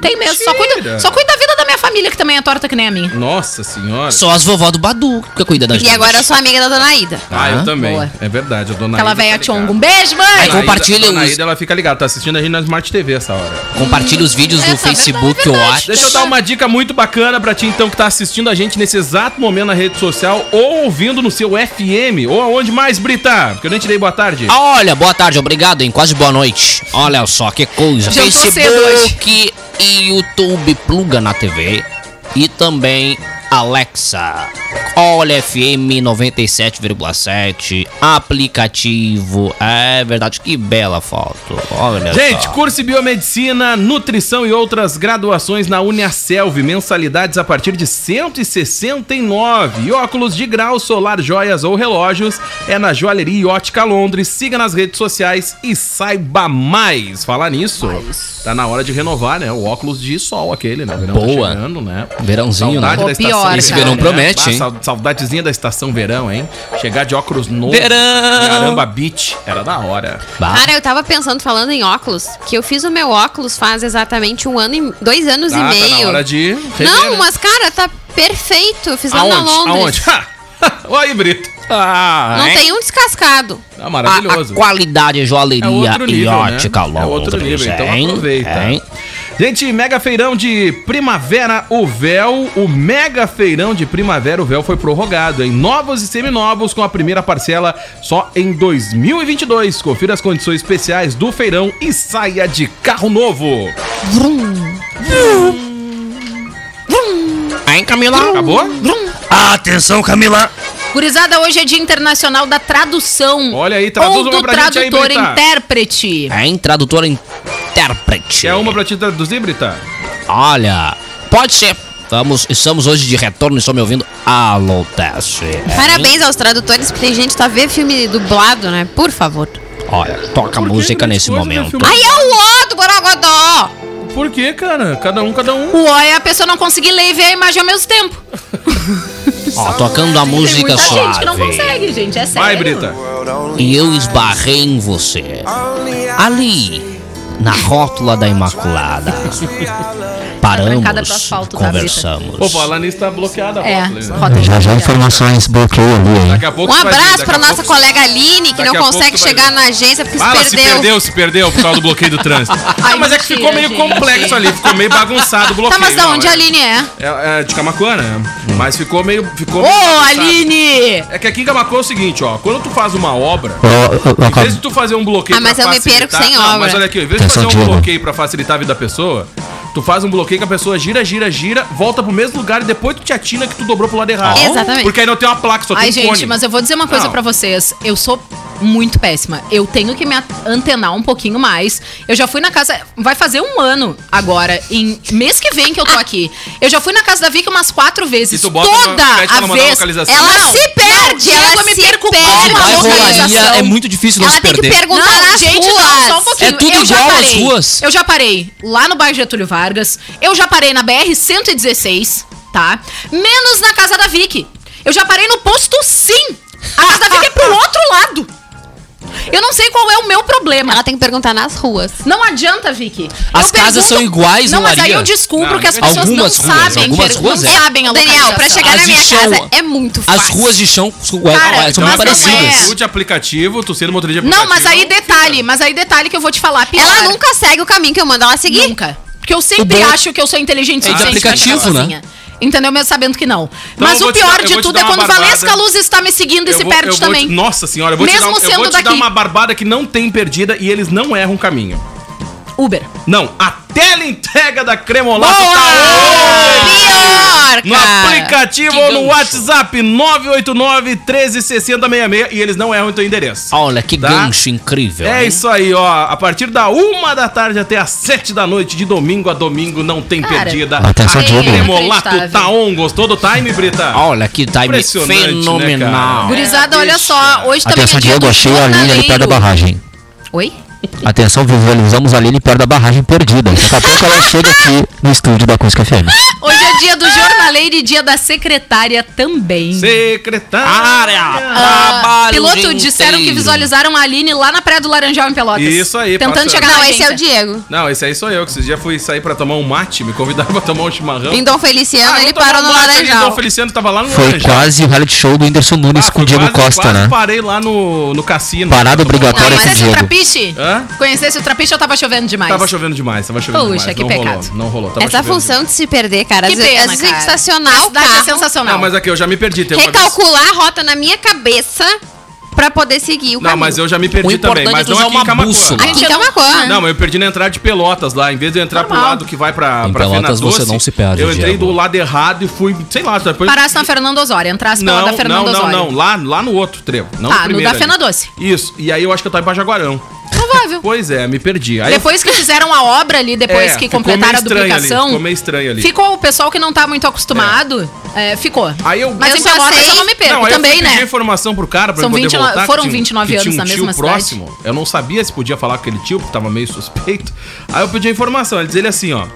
E: Tem mesmo, só cuida,
D: Mentira.
E: só cuida da vida da minha família, que também é torta que nem a minha.
D: Nossa senhora.
G: Só as vovó do Badu que cuida da
F: E
G: gente.
F: agora eu sou amiga da dona Ida.
D: Ah, eu também.
E: boa.
D: É verdade, a dona
E: Aquela
D: Ida
E: velha
D: tá
E: Tchongo. Um
D: ligada.
E: beijo, mãe!
G: Ai,
D: Dona Ida-
G: Compartilha
D: Dona
G: os-
D: Ida, ela fica ligada, tá assistindo a gente na Smart TV essa hora.
G: Compartilha os vídeos
E: Essa é
G: no Facebook,
E: verdade,
G: eu
E: verdade.
G: acho.
D: Deixa eu dar uma dica muito bacana pra ti, então, que tá assistindo a gente nesse exato momento na rede social ou ouvindo no seu FM ou aonde mais, Brita? Porque eu nem te dei boa tarde.
G: Ah, Olha, boa tarde, obrigado, hein? Quase boa noite. Olha só que coisa.
E: Jantou cedo
G: Facebook e YouTube pluga na TV. E também Alexa. Olha FM 97,7. Aplicativo. É verdade, que bela foto. Olha
D: Gente,
G: só.
D: curso de biomedicina, nutrição e outras graduações na Uniaselv, mensalidades a partir de 169. E óculos de grau, solar, joias ou relógios é na Joalheria e Ótica Londres. Siga nas redes sociais e saiba mais. Falar nisso, tá na hora de renovar, né? O óculos de sol aquele, né? O verão tá
G: Boa.
D: chegando, né?
G: Verãozinho, né?
D: Saudade da
E: Pô,
D: estação.
E: pior,
D: verão,
E: Esse cara.
G: verão promete,
D: Ah,
G: hein?
D: sau- Saudadezinha da estação verão, hein? Chegar de óculos novo.
G: Verão!
D: em Aramba Beach. Era da hora.
G: Bah.
F: Cara, eu tava pensando, falando em óculos, que eu fiz o meu óculos faz exatamente um ano e... Dois anos
D: Ah,
F: e
D: tá na
F: meio.
D: hora de. rever,
F: Não,
D: né?
F: mas cara, tá perfeito. Eu fiz lá na
D: Aonde?
F: Londres.
D: Aonde? <laughs> Olha aí, Brito. Ah,
F: Não tem um descascado.
D: Tá
G: A,
D: maravilhoso.
G: a qualidade
D: É
G: joalheria
D: outro
G: e
D: nível, né?
G: ótica
D: É outro
G: Londres,
D: nível, então
G: hein?
D: aproveita.
G: Hein?
D: Gente, mega feirão de primavera, o véu, o mega feirão de primavera, o véu foi prorrogado em novos e seminovos com a primeira parcela só em 2022. Confira as condições especiais do feirão e saia de carro novo.
G: Hein, Camila?
D: Acabou?
H: Atenção, Camila.
E: Gurizada, hoje é Dia Internacional da Tradução.
D: Olha aí, traduz
E: Ou
D: uma
E: do
D: pra gente aí,
E: tradutor
D: Brita.
E: intérprete.
G: Hein, tradutor intérprete.
E: É
D: Quer uma pra te traduzir, Brita?
G: Olha, pode ser. Vamos, estamos hoje de retorno e estão me ouvindo. Alô, Teste.
F: Parabéns aos tradutores, porque tem gente que tá vendo filme dublado, né? Por favor.
G: Olha, toca
D: que
G: música
D: grande
G: nesse
D: coisa,
G: momento.
D: né,
F: Aí é o O do Borogodó!
D: Por quê, cara? Cada um, cada um.
E: O O é a pessoa não conseguir ler e ver a imagem ao mesmo tempo.
G: Ó, tocando a música
E: Muita gente
G: suave.
E: que não consegue, gente. É sério.
D: Vai, Brita.
G: E eu esbarrei em você. Ali, na rótula da
E: <laughs>
G: Imaculada.
E: Marcada pro
G: Paramos,
E: asfalto, tá, Brita?
G: conversamos.
D: Pô, falar nisso tá bloqueada a
E: É,
D: foto ali, né?
E: rota já,
G: informações bloqueou ali,
D: Daqui a pouco
F: Um
D: tu vai ver,
F: abraço
D: daqui
F: pra
D: a
F: nossa
D: pouco-
F: colega Aline, que
D: daqui
F: não
D: a pouco
F: consegue
D: tu vai
F: chegar na agência porque
D: Fala,
F: se
D: se
F: perdeu.
D: perdeu, se perdeu por causa do bloqueio do trânsito.
E: Ai,
D: não, mas é que
E: mentira,
D: ficou meio
E: gente.
D: complexo ali, ficou meio bagunçado o
F: Tá,
D: bloqueio.
F: mas da
D: não,
F: onde
D: é-
F: a Aline é?
D: É, é de Camacuã, né? Mas ficou meio. Ficou
E: Ô,
D: meio bagunçado.
E: Aline!
D: É que aqui em Camacuã é o seguinte, ó. Quando tu faz uma obra, em vez de tu fazer um bloqueio
F: Ah, mas
D: pra
F: eu me
D: facilitar-
F: perco sem
D: Não, Mas
F: obra.
D: olha aqui, em vez de fazer um bloqueio pra facilitar a vida da pessoa, tu faz um bloqueio que a pessoa gira, gira, gira, volta pro mesmo lugar e depois tu te atina que tu dobrou pro lado errado.
F: Exatamente.
D: Porque aí não tem uma placa, só tem
E: Ai,
D: um
E: gente,
D: cone.
E: mas eu vou dizer uma coisa
D: Não.
E: pra vocês. Eu sou muito péssima. Eu tenho que me a- antenar um pouquinho mais. Eu já fui na casa. Vai fazer um ano agora, em mês que vem que eu tô aqui. Eu já fui na casa da Vicky umas quatro vezes.
D: Ah. E tu bota
E: Toda
D: uma- pede pra ela
E: a
D: mandar
E: vez.
D: localização.
F: Ela
E: Não,
F: se perde,
E: não,
F: ela
E: eu me
F: se
E: perco com
F: perde.
E: uma
G: A
E: localização.
G: é muito difícil não
F: Ela
G: se
F: tem que
G: perder.
F: perguntar nas
E: não,
F: ruas.
E: só um pouquinho.
G: É tudo
E: eu já
G: igual às
E: parei.
G: ruas.
E: Eu já parei lá no bairro Getúlio Vargas. Eu já parei na BR-116, tá? Menos na casa da Vicky. Eu já parei no posto sim. A casa da Vicky é pro outro lado. Eu não sei qual é o meu problema.
F: Ela tem que perguntar nas ruas.
E: Não adianta, Vicky.
G: As casas são iguais,
E: Não, mas aí
G: Maria?
E: eu descubro
D: Não,
E: que as
D: ninguém-
E: pessoas
G: Algumas
E: não
G: ruas,
E: sabem.
G: algumas
E: per-
G: ruas
E: não
G: é.
E: sabem a
F: Daniel, pra
E: localização.
F: chegar
G: As
F: na
G: de
F: minha
G: chão,
F: casa é muito fácil.
G: As ruas de chão são
E: Cara,
G: são
E: mas
G: É muito
E: não é.
G: parecidas.
D: Tu de aplicativo, tu sendo motorista de
E: Não,
D: aplicativo.
E: mas aí detalhe, mas aí detalhe que eu vou te falar. Pior.
F: Ela nunca segue o caminho que eu mando ela seguir.
E: Nunca. Porque eu sempre
G: O bom-
E: acho que eu sou inteligente
G: É de
E: suficiente pra chegar
G: aplicativo, né?
E: sozinha. Entendeu? Mesmo sabendo que não.
D: Então eu
E: Mas o
D: vou te
E: pior
D: dar- eu
E: de
D: vou te
E: tudo
D: dar
E: é
D: uma
E: quando
D: barbada.
E: Valesca Luz está me seguindo e
D: Eu
E: se
D: vou- eu
E: perde
D: vou
E: também.
D: te- nossa senhora, eu vou
E: Mesmo
D: te dar, um- eu
E: sendo
D: vou te dar
E: daqui.
D: uma barbada que não tem perdida e eles não erram o caminho.
E: Uber.
D: Não, a teleentrega da Cremolato
E: Boa! Pior,
D: No
E: cara.
D: aplicativo
E: Que
D: ou no
E: gancho.
D: WhatsApp 989 136066 e eles não erram o teu
E: é.
D: endereço.
G: Olha que
D: Tá?
G: gancho incrível.
D: É
G: hein?
D: isso aí, ó. A partir da uma da tarde até as sete da noite, de domingo a domingo, não tem
E: Cara, é
D: perdida.
G: Atenção,
D: A
G: Diogo.
D: Cremolato tá
E: Inacreditável.
D: on. Gostou do time, Brita?
G: Olha que time
D: Impressionante, né, cara?
G: fenomenal.
E: Gurizada,
D: É,
E: olha
D: bicho.
E: só, hoje também
I: Atenção,
E: é dia
I: Diego,
E: do
I: achei a linha ali perto da
E: jornaleiro.
I: barragem.
E: Oi?
I: Atenção, visualizamos a Lili perto da barragem perdida. Daqui a pouco ela chega aqui no estúdio da Acústica FM.
E: Hoje é dia
D: Ah.
E: do jornaleiro e dia da secretária também.
D: Secretária.
G: Área.
E: Ah,
G: trabalho
E: piloto,
G: inteiro.
E: disseram que visualizaram a Aline lá na Praia do Laranjal, em Pelotas.
D: Isso aí,
E: Tentando
D: passando.
E: chegar
F: Não,
E: na
F: esse é o
E: agência.
F: Diego.
D: Não, esse aí sou eu, que esses dias fui sair pra tomar um mate, me convidaram pra tomar um chimarrão.
F: Em Dom Então, Feliciano,
D: Ah, vamos
F: ele
D: tomar
F: parou
D: um
F: no
D: mate ali,
F: Laranjal.
E: então,
D: Dom Feliciano tava lá no
I: Foi
D: Laranjal.
I: quase o reality show do Whindersson Nunes
D: Ah,
I: com o
D: foi
I: Diego
D: quase-
I: Costa,
D: quase
I: né?
D: parei lá no, no cassino.
I: Parada obrigatória
E: Não,
I: esse
E: conhecesse o
I: Diego.
E: Trapiche?
D: Hã?
E: Conhecesse o Trapiche ou tava chovendo demais?
D: Tava chovendo demais, tava chovendo
E: Puxa,
D: demais.
E: que
D: não
E: pecado.
D: Rolou, não rolou. tava
F: Essa
D: chovendo
F: função de se perder, cara.
E: Que
F: Às vezes-
E: pena,
F: às vezes tem que
E: cara.
F: estacionar
E: A
F: o
E: cidade é
F: carro,
E: sensacional.
D: Não, mas aqui eu já me perdi. Tem uma vez-
F: recalcular a rota na minha cabeça pra poder seguir o
D: Não,
F: caminho.
D: mas eu já me
G: O
D: perdi
G: importante
D: também, mas
G: é
D: não
G: usar
D: aqui em
G: uma
D: Camacuã. Ah,
G: bússola.
F: Aqui tá uma coisa.
D: Não, mas eu perdi na entrada de Pelotas lá. Em vez de eu entrar pro
E: Ah. Normal.
D: lado que vai pra,
G: Em
D: pra
G: Pelotas
D: Fena
G: você
D: Doce,
G: não se perde,
D: Eu entrei
G: Diego.
D: do lado errado e fui, sei lá, depois.
E: Parasse na Fernando Osório, entrasse pela
D: Não,
E: da
D: não,
E: Fernando
D: não,
E: Osório.
D: não. Lá, lá no outro trevo. Não
E: Ah,
D: no
E: no
D: primeiro.
E: da
D: ali.
E: Fena Doce.
D: Isso. E aí eu acho que eu tava em Jaguarão. <laughs>
E: Provável.
D: Pois é, me perdi. Aí eu
E: Depois que fizeram a obra ali, depois
D: É,
E: que
D: ficou
E: completaram
D: meio
E: a
D: estranho ali,
E: duplicação.
D: ficou meio estranho ali.
E: Ficou o pessoal que não tá muito acostumado, é, ficou.
D: Aí eu-
E: Mas
F: Eu
E: em
F: só
E: Pelotas
F: sei-
E: eu não me perco
D: Não, aí eu
E: também,
D: fui pedir
E: né?
D: informação pro cara pra
E: São
D: ele poder
E: 29
D: voltar. que
E: foram
D: tinha um-
E: 29
D: que
E: anos
D: tinha um
E: na
D: tio
E: mesma cidade.
D: próximo. Eu não sabia se podia falar com aquele tio, porque tava meio suspeito. Aí eu pedi a informação. Ele diz ele assim, ó.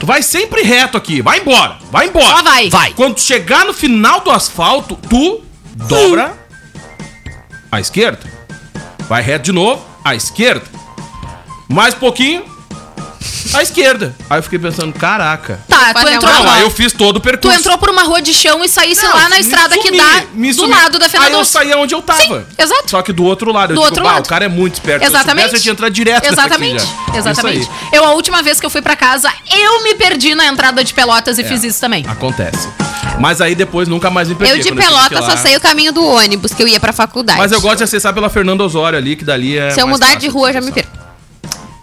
D: Tu vai sempre reto aqui. Vai embora. Vai embora.
E: Só vai.
G: Vai.
D: Quando tu chegar no final do asfalto, tu dobra à esquerda. Vai reto de novo, à esquerda. Mais pouquinho, à esquerda. Aí eu fiquei pensando, caraca.
E: Tá, tu
F: Não,
E: entrou,
D: Não,
E: lá.
D: aí eu fiz todo o
E: tu
D: percurso.
E: entrou por uma rua de chão e saísse
D: Não,
E: lá na
D: me
E: estrada que
D: sumi,
E: dá
D: me
E: do
D: sumi.
E: lado da Fena
D: Aí eu
E: Doce.
D: saí onde eu tava.
E: Sim, exato.
D: Só que do outro lado. Eu
E: Do
D: digo,
E: outro
D: "Bah,
E: lado."
D: o cara é muito esperto.
E: Exatamente.
D: Se eu soubesse, eu tinha entrado direto nessa
E: Exatamente.
D: aqui já.
E: Exatamente.
D: Isso
E: Eu, a última vez que eu fui pra casa, eu me perdi na entrada de Pelotas e
D: aí.
E: fiz isso também.
D: É, Acontece. Mas aí depois nunca mais me perdi.
F: Eu de
D: quando tive que
F: pelota
D: ir
F: só
D: lá.
F: sei o caminho do ônibus que eu ia pra faculdade.
D: Mas eu gosto de acessar pela Fernando Osório ali, que dali é.
F: Se eu
D: mais
F: mudar
D: fácil
F: de rua, já me
D: acessar.
F: perco.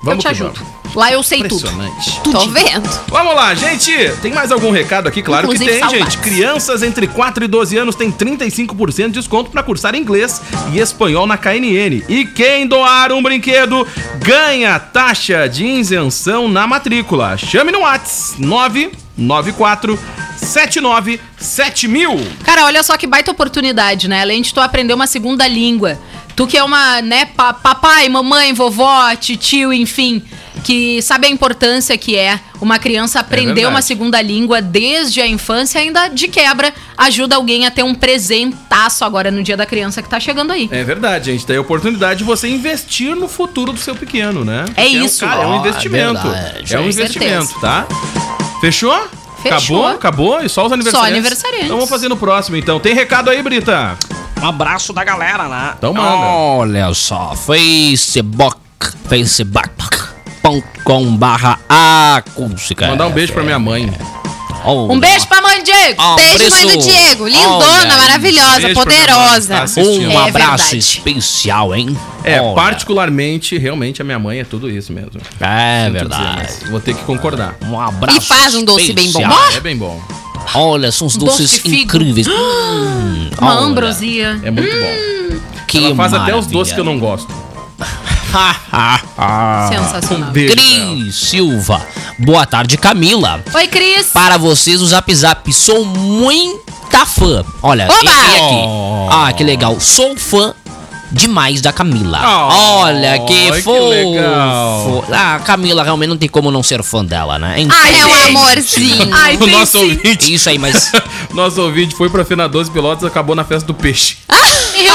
D: Vamos
E: eu
D: que
E: te ajudo.
D: vamos.
E: Lá eu sei tudo.
D: Impressionante.
F: Tô vendo.
D: Vamos lá, gente! Tem mais algum recado aqui? Claro
E: Inclusive,
D: que tem,
E: saudades.
D: gente. Crianças entre 4 e 12 anos têm 35% de desconto para cursar inglês e espanhol na KNN. E quem doar um brinquedo ganha taxa de isenção na matrícula. Chame no Whats 994 79 7000.
E: Cara, olha só que baita oportunidade, né? Além de tu aprender uma segunda língua. Tu que é uma, né, pa- papai, mamãe, vovó, tio, enfim, que sabe a importância que é uma criança aprender
D: verdade.
E: uma segunda língua desde a infância, ainda de quebra, ajuda alguém a ter um presentaço agora no dia da criança que tá chegando aí.
D: É verdade, gente. Tem a oportunidade de você investir no futuro do seu pequeno, né?
E: É
D: Porque um
E: isso.
D: cara, é um
G: Ah,
D: investimento.
G: verdade.
D: é um
E: Com
D: investimento,
E: certeza.
D: tá? Fechou?
E: Fechou.
D: Acabou? Acabou? E só os aniversariantes?
E: aniversariantes.
D: Então vamos fazer no próximo, então. Tem recado aí, Brita?
G: Um abraço da galera, né?
D: Então manda.
G: Olha só, Facebook, facebook.com barra acústica. Oh,
D: Mandar um beijo pra minha mãe.
G: Olha.
E: Um beijo pra mãe, Diego!
G: Ah,
F: Beijo, mãe do
G: preço-
F: Diego.
G: Olha
F: Lindona,
G: aí.
F: maravilhosa,
D: Beijo pra minha mãe, tá
F: poderosa.
D: assistindo.
G: Um
E: É
G: abraço
E: verdade.
G: especial, hein?
D: É,
G: Olha.
D: particularmente, realmente, a minha mãe é tudo isso mesmo.
G: É
D: Sinto dizer,
G: verdade.
D: mas Vou ter que concordar.
G: Um abraço
F: E faz um doce bem bom.
G: especial.
D: É bem bom.
G: Olha, são uns
E: Um doce
G: doces
E: de figo.
G: incríveis. Hum,
E: <gasps> Uma
G: olha,
E: ambrosia.
D: É muito bom.
G: Que
D: Ela faz até os
G: maravilha.
D: doces que eu não gosto. Um
E: Sensacional.
D: <laughs> Beijo pra ela.
G: Cris Silva. Boa tarde, Camila.
E: Oi, Cris!
G: Para vocês, o Zap Zap. Sou muita fã. Olha,
F: Oba!
G: entrei aqui. Ah, que legal. Sou fã demais da Camila.
D: Oh,
G: Olha que
D: que
G: fofo.
D: legal.
G: ah, a Camila realmente não tem como não ser fã dela, né? Então,
F: <laughs> Ai, é um
E: gente.
F: amorzinho.
E: Ai,
D: O
E: tem
D: nosso
E: sim.
D: ouvinte.
G: Isso aí, mas
D: Nosso ouvinte foi pra Fena 12 Pilotos acabou na festa do peixe.
E: <laughs> Em Rio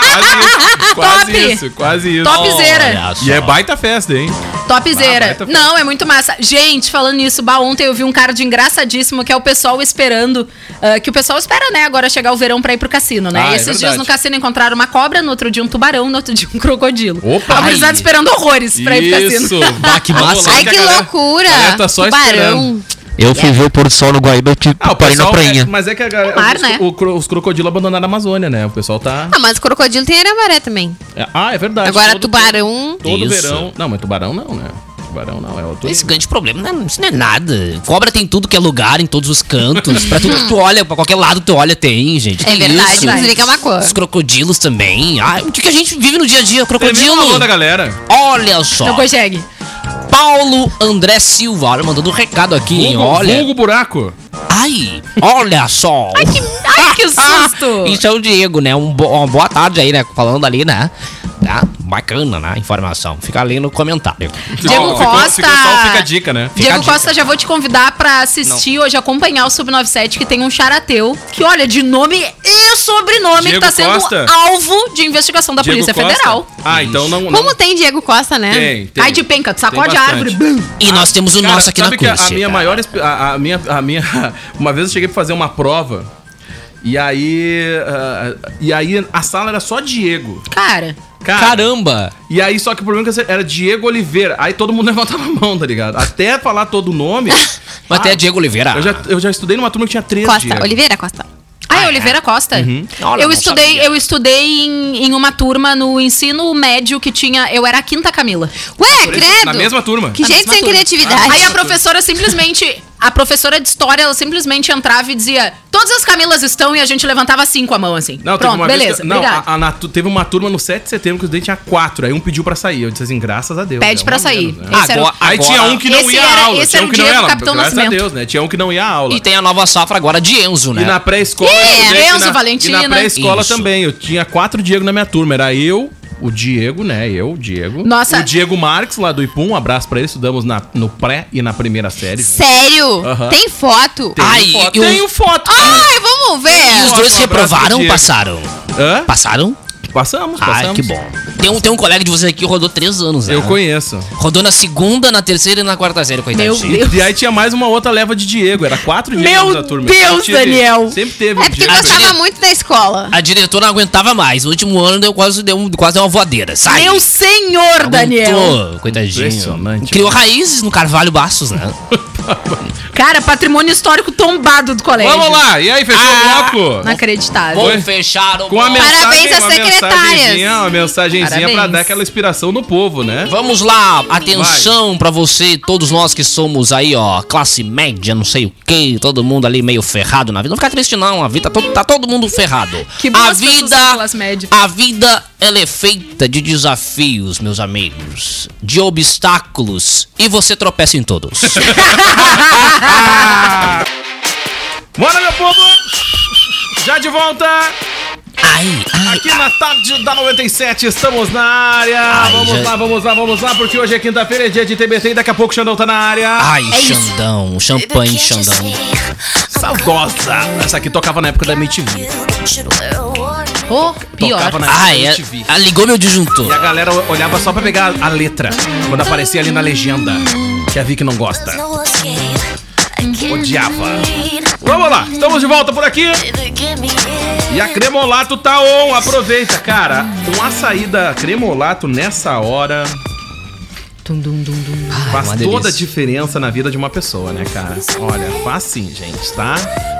E: Grande!
D: Quase, quase
E: Top.
D: isso, quase isso.
E: Topzera!
G: Olha
D: E é
G: só.
D: baita festa, hein?
E: Topzera.
D: baita
E: Não, é muito massa. Gente, falando nisso, bah, ontem eu vi um card engraçadíssimo que é o pessoal esperando. ah, que o pessoal espera, né? Agora chegar o verão pra ir pro cassino, né?
D: Ah, é
E: Esses dias
D: verdade.
E: no cassino encontraram uma cobra, no outro dia um tubarão, no outro dia um <laughs> crocodilo.
D: Opa!
E: A gurizada
D: Ai.
E: esperando horrores pra assim, ir pro cassino.
D: Bah, que massa.
F: Ai, que loucura.
D: Tá só esperando.
F: Tubarão.
I: Eu fui ver o pôr do sol no Guaíba e te
D: Ah, o
I: parei na
D: pessoal, é,
I: prainha.
D: mas é que a galera,
E: Mar,
D: os,
E: né?
D: o cro- os crocodilos abandonaram a Amazônia, né? O pessoal tá...
F: Ah, mas o crocodilo tem aramaré também.
D: Ah, é verdade.
F: Agora
D: todo-
F: tubarão.
D: Todo
G: Isso.
D: verão... Não, mas tubarão não, né? tubarão não, é outro.
G: Esse grande problema, não é- isso não é nada. Cobra tem tudo que é lugar, em todos os cantos. pra tudo que tu olha, pra qualquer lado que tu olha, tem, gente.
F: É
G: Que
F: verdade,
G: isso?
F: inclusive que é uma cor.
G: Os crocodilos também. Ah, o que, que a gente vive no dia a
D: é
G: dia? Crocodilo.
D: Crocodilo. da galera.
G: Olha só.
E: Não consegue.
G: Paulo André Silva, olha, mandando um recado aqui, hein?
D: Vulgo,
G: Olha.
D: vulgo buraco.
G: Ai, olha só.
E: Ai, que, ai,
D: <laughs>
E: que susto!
G: Isso é o Diego, né? Um bo- uma boa tarde aí, né? Falando ali, né? Tá? Bacana, né? Informação. Fica ali no comentário.
E: Diego
D: ficou-
E: Costa.
D: ficou só fica a dica, né?
G: Fica a
E: Diego
G: dica.
E: Costa, já vou te convidar pra assistir hoje, acompanhar o Sub97, que tem um charateu, que olha, de nome e sobrenome, que
D: Diego
E: tá sendo
D: Costa?
E: alvo de investigação da Polícia
D: Costa.
E: Federal.
D: Ah, então não. não.
F: Como tem Diego Costa, né?
D: Tem, tem.
E: Ai, É. de penca, tu sacode
D: Tem
E: a
D: bastante.
E: árvore. bum.
G: E nós temos o
D: Cara,
G: nosso aqui
D: sabe
G: na
D: que é a-
G: Curse.
D: a minha
G: cara.
D: maior esp- a, a minha a minha <laughs> uma vez eu cheguei pra fazer uma prova e aí ah, e aí a sala era só Diego.
E: Cara,
D: Cara,
G: Caramba!
D: E aí só que o problema é que era Diego Oliveira. Aí todo mundo <laughs> levantava a mão, tá ligado? Até falar todo o
E: <laughs>
D: nome.
G: Mas até
D: ah,
G: Diego Oliveira.
D: Eu já, eu já estudei numa turma que tinha três
F: Costa,
D: Diego.
F: Oliveira Costa.
E: Ah, é Oliveira Costa.
D: Uhum.
G: Olha,
E: eu
G: não
E: estudei,
G: sabia.
E: eu estudei em, em uma turma no ensino médio que tinha. Eu era a quinta Camila.
F: Ué, É, credo!
D: Na mesma turma. Ah, é.
F: Que
E: Na
F: gente
E: mesma
F: sem
E: turma. Ah.
F: criatividade.
E: Aí a professora simplesmente. A professora de história, ela simplesmente entrava e dizia: Todas as Camilas estão, e a gente levantava cinco a mão assim.
D: Não, teve
E: Pronto,
D: uma
E: beleza.
D: Vez que, não,
E: obrigada.
D: a- a Natu- teve uma turma no 7 de setembro que os dentes tinha quatro. Aí um pediu pra sair. Eu disse assim, graças a Deus.
E: Pede
D: né? Um
E: pra
D: a
E: sair.
D: menos, né?
E: Esse era o-
G: Agora-
D: Aí tinha um que não
E: Esse
D: ia
E: era-
D: à aula.
E: esse
D: Tinha
E: era
D: um
E: o
D: que não ia
E: Diego
D: à aula.
E: Capitão
D: Graças a
E: Nascimento.
D: Deus, né? Tinha um que não ia à aula.
G: E tem a nova safra agora de Enzo, né?
D: E na pré-escola.
E: Ih, é,
D: o Diego-
E: Enzo,
D: e na-
E: Valentina.
D: E na pré-escola
G: Isso.
D: também. Eu tinha quatro Diego na minha turma. Era eu, o Diego, né? Eu, o Diego.
E: Nossa.
D: O Diego Marques, lá do Ipum. Um abraço pra ele. Estudamos na, no pré e na primeira série.
F: Sério?
D: Aham.
F: Tem foto?
D: Tem
G: Ai,
D: foto.
G: eu-
D: Tenho foto.
E: Ah!
F: Ai, vamos
G: E os
F: ver.
G: dois
D: um abraço pro
G: reprovaram ou
D: Diego.
G: passaram?
D: Hã?
G: Passaram?
D: Passamos, passamos.
G: Ai, que bom. Tem um, tem um colega de vocês aqui que rodou três anos, né?
D: Eu conheço.
G: Rodou na segunda, na terceira e na quarta série, coitadinho.
E: Meu
D: E, e aí tinha mais uma outra leva de Diego. Era quatro Diego
E: Meu Deus,
D: Sempre teve-
E: Daniel.
D: Sempre teve.
F: É
D: um
F: porque
D: Diego.
F: gostava muito da escola.
G: A diretora não aguentava mais. No último ano deu quase, deu um- quase uma voadeira.
D: tá
G: Sai!
E: Meu senhor,
G: Aguentou,
E: Daniel!
G: Coitadinho.
D: Impressionante.
G: Criou raízes no Carvalho Baços, né?
E: Cara, patrimônio histórico tombado do colégio.
D: Vamos lá. E aí, fechou
G: Ah.
D: o bloco?
E: Inacreditável.
D: Foi.
G: Vou fechar o
D: Com a
G: bloco.
D: mensagem,
F: Parabéns às
D: uma
F: secretárias.
D: mensagenzinha, uma mensagenzinha pra
E: Parabéns.
D: dar aquela inspiração no povo, né?
G: Vamos lá, atenção pra você, todos nós que somos aí, ó, classe média, não sei o que, todo mundo ali meio ferrado na vida. Não fica triste não, a vida tá todo, tá todo mundo ferrado.
E: Que
G: a
E: boas pessoas
G: vida,
E: são classe média.
G: a vida ela é feita de desafios, meus amigos, de obstáculos e você tropeça em
D: <laughs>
G: todos.
D: Bora, meu povo! Já de volta
G: ai, ai,
D: aqui na tarde da 97, estamos na área.
G: Ai,
D: vamos
G: já-
D: lá, vamos lá, vamos lá, porque hoje é quinta-feira, é dia de TBT e daqui a pouco o Xandão tá na área.
G: ai, Xandão, champanhe Xandão.
D: Saudosa! Essa aqui tocava na época da MTV.
E: Ô, pior.
D: Tocava na época
G: Ai,
D: da
G: é,
D: MTV.
G: ah, ligou
D: E
G: meu
D: a
G: disjuntor.
D: galera olhava só pra pegar a letra, quando aparecia ali na legenda, que a Vicky não gosta. Odiava. Vamos lá, estamos de volta por aqui. E a Cremolato tá on, aproveita, cara. Com a saída Cremolato nessa hora
E: Dum, dum, dum, dum.
D: faz
G: Ah, uma
D: toda a
G: delícia.
D: diferença na vida de uma pessoa, né, cara? Olha, faz sim, gente, tá?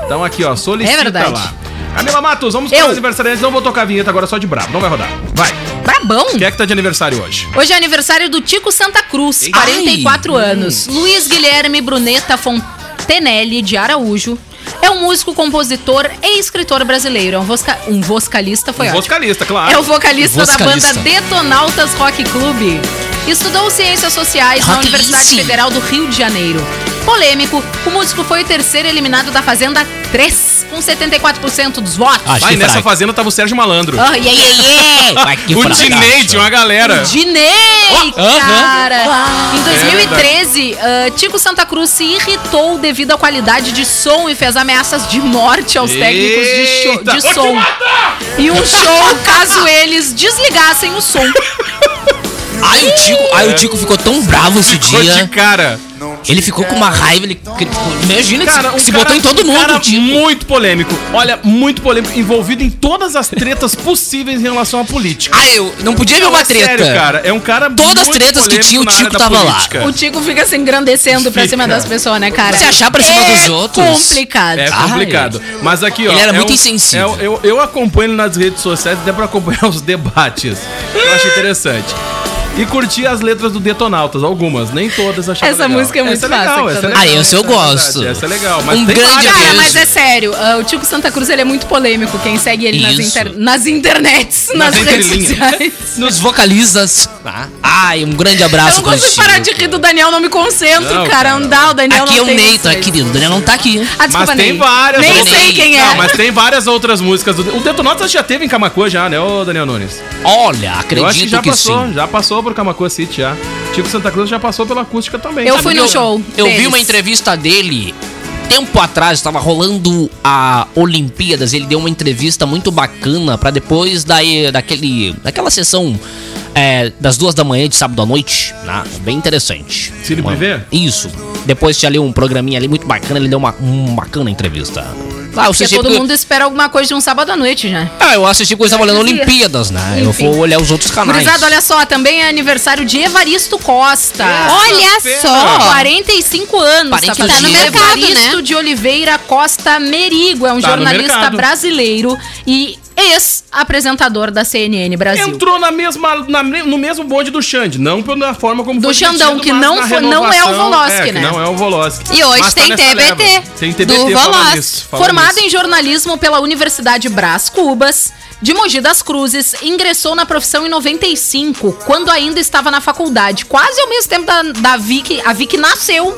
D: Então aqui, ó, solicita
E: É verdade.
D: lá. Camila Matos, vamos para
E: Eu.
D: os aniversariantes. Não vou tocar a vinheta agora só de brabo, não vai rodar. Vai.
E: Brabão!
D: Quem é que tá de aniversário hoje?
E: Hoje é aniversário do Tico Santa Cruz,
G: Ai. Hum.
E: 44 anos. Luiz Guilherme Bruneta Fontenelle de Araújo. É um músico, compositor e escritor brasileiro. É um, vosca... um vocalista, foi
D: Um
E: ótimo.
D: vocalista, claro.
E: É o vocalista,
G: ah,
E: da
G: Vocalista.
E: banda Detonautas Rock Club. Estudou Ciências Sociais na
G: Rock
E: Universidade
G: Easy.
E: Federal do Rio de Janeiro. Polêmico, o músico foi o terceiro eliminado da Fazenda 3, com 74% dos votos.
G: Ah,
D: Vai,
G: que
D: nessa
G: fraco.
D: fazenda tava o Sérgio Malandro.
E: Oh, yeah, yeah, yeah.
G: Ai, que
D: o
G: fracasso.
D: Dineide, uma galera.
E: Dinei, cara! Em
D: É verdade.
E: 2013, ah, Tico Santa Cruz se irritou devido à qualidade de som e fez ameaças de morte aos técnicos de, show,
D: Eita,
E: de
D: vou te
E: som. E um show caso eles desligassem o som.
G: Ai, o Tico, ai, o Tico ficou tão bravo esse
D: É. Ficou
G: dia.
D: de cara.
G: Ele ficou com uma raiva, ele. tipo, Imagina que
D: Cara,
G: se,
D: um
G: se
D: cara-
G: botou em todo
D: um
G: mundo,
D: cara
G: tipo.
D: muito polêmico. Olha, muito polêmico. Envolvido em todas as tretas possíveis em relação à política.
G: Ah, eu não podia ver
D: Não,
G: uma
D: é
G: treta.
D: Sério, cara. É um cara
G: Todas as
D: muito
G: tretas que
D: polêmico
G: tinha, o
D: na área
G: Tico
D: da
G: tava lá.
D: política.
E: O Tico fica se engrandecendo pra cima
D: Fica.
E: das pessoas, né, cara?
G: Se achar pra cima dos outros.
E: É complicado.
D: É
G: Ai.
D: complicado. Mas aqui, ó.
G: Ele era
D: é
G: muito insensível.
D: é- <laughs> eu, eu acompanho ele nas redes sociais, até pra acompanhar os debates. Eu acho interessante. e curtir as letras do Detonautas, algumas, nem todas achava
E: Essa
D: legal.
E: música é muito
D: essa
E: fácil,
D: Legal,
E: que
D: essa
E: todo
D: é
E: mundo
D: legal,
G: Ah, esse eu
D: essa é verdade,
G: gosto.
D: Essa é legal, mas
G: Um
D: tem
G: grande
D: várias-
E: Cara,
G: Deus.
E: mas é sério, ah, o Tico Santa Cruz ele é muito polêmico. Quem segue ele nas,
G: Isso.
E: inter... nas internets, nas,
D: Nas
E: redes
D: entrelinhas.
E: sociais.
G: Nos vocalizas. Ah, Ai, um grande
D: Ah,
E: Eu
G: abraço
E: não consigo
G: contigo,
E: parar de rir
G: cara.
E: do Daniel, não me concentro,
D: Não,
E: cara.
D: cara.
E: Não dá, o Daniel
G: Aqui é
E: não
G: o
E: tem
G: Ney, tá,
E: vocês.
G: querido. O Daniel não tá aqui.
E: Ah, desculpa,
D: Mas tem
E: Ney.
D: várias
E: Nem
D: outras-
E: sei quem é.
D: Não, mas tem várias outras músicas. Do... O Detonautas já teve em Camacuã já, né, ô Daniel Nunes?
G: Olha,
D: eu acho
G: acredito
D: que
G: que,
D: já passou,
G: sim.
D: já passou por Camacuã City já. Tico Santa Cruz já passou pela acústica também.
E: Eu
D: Sabe
E: fui
D: que
E: no show.
G: Eu vi
E: deles.
G: uma entrevista dele tempo atrás, estava rolando a Olimpíadas, ele deu uma entrevista muito bacana pra depois daí daquele daquela sessão é, das duas da manhã de sábado à noite, né? bem interessante.
D: Cine
G: Uma-
D: Privé?
G: Isso. Depois tinha ali um programinha ali muito bacana, ele deu uma um bacana entrevista. Ah, eu
E: Porque
G: assisti
E: todo
G: porque-
E: mundo espera alguma coisa de um sábado à noite já.
G: Ah, eu assisti porque eu estava olhando
E: Enfim.
G: Olimpíadas, né? Eu
E: Enfim.
G: vou olhar os outros canais.
E: Gurizada, olha só, também é aniversário de Evaristo Costa.
D: É. Ah, tá
F: Olha
E: Ó,
F: só!
E: 45 anos,
G: Parente
E: tá,
G: do
E: fazendo.
G: Diego.
E: Evaristo de Oliveira Costa Merigo é um
D: Tá no
E: jornalista
D: mercado.
E: brasileiro e ex-apresentador da CNN Brasil.
D: Entrou na mesma, na me- no mesmo bonde do Xande, não pela forma como
E: Do
D: foi
E: Xandão,
D: demitido,
E: que
D: mas
E: não
D: na
E: foi- não é o
D: renovação,
E: Volosky,
D: é, que
E: né?
D: Não é o Volosky.
F: E hoje
D: Mas
F: tem
D: nessa
F: TBT,
D: leva. Tem TBT,
F: do
D: fala
F: Volosky.
D: nisso, fala
E: Formado
D: nisso.
E: em jornalismo pela Universidade Brás Cubas, de Mogi das Cruzes, ingressou na profissão em 95, quando ainda estava na faculdade. Quase ao mesmo tempo da, da Vicky. A Vicky nasceu,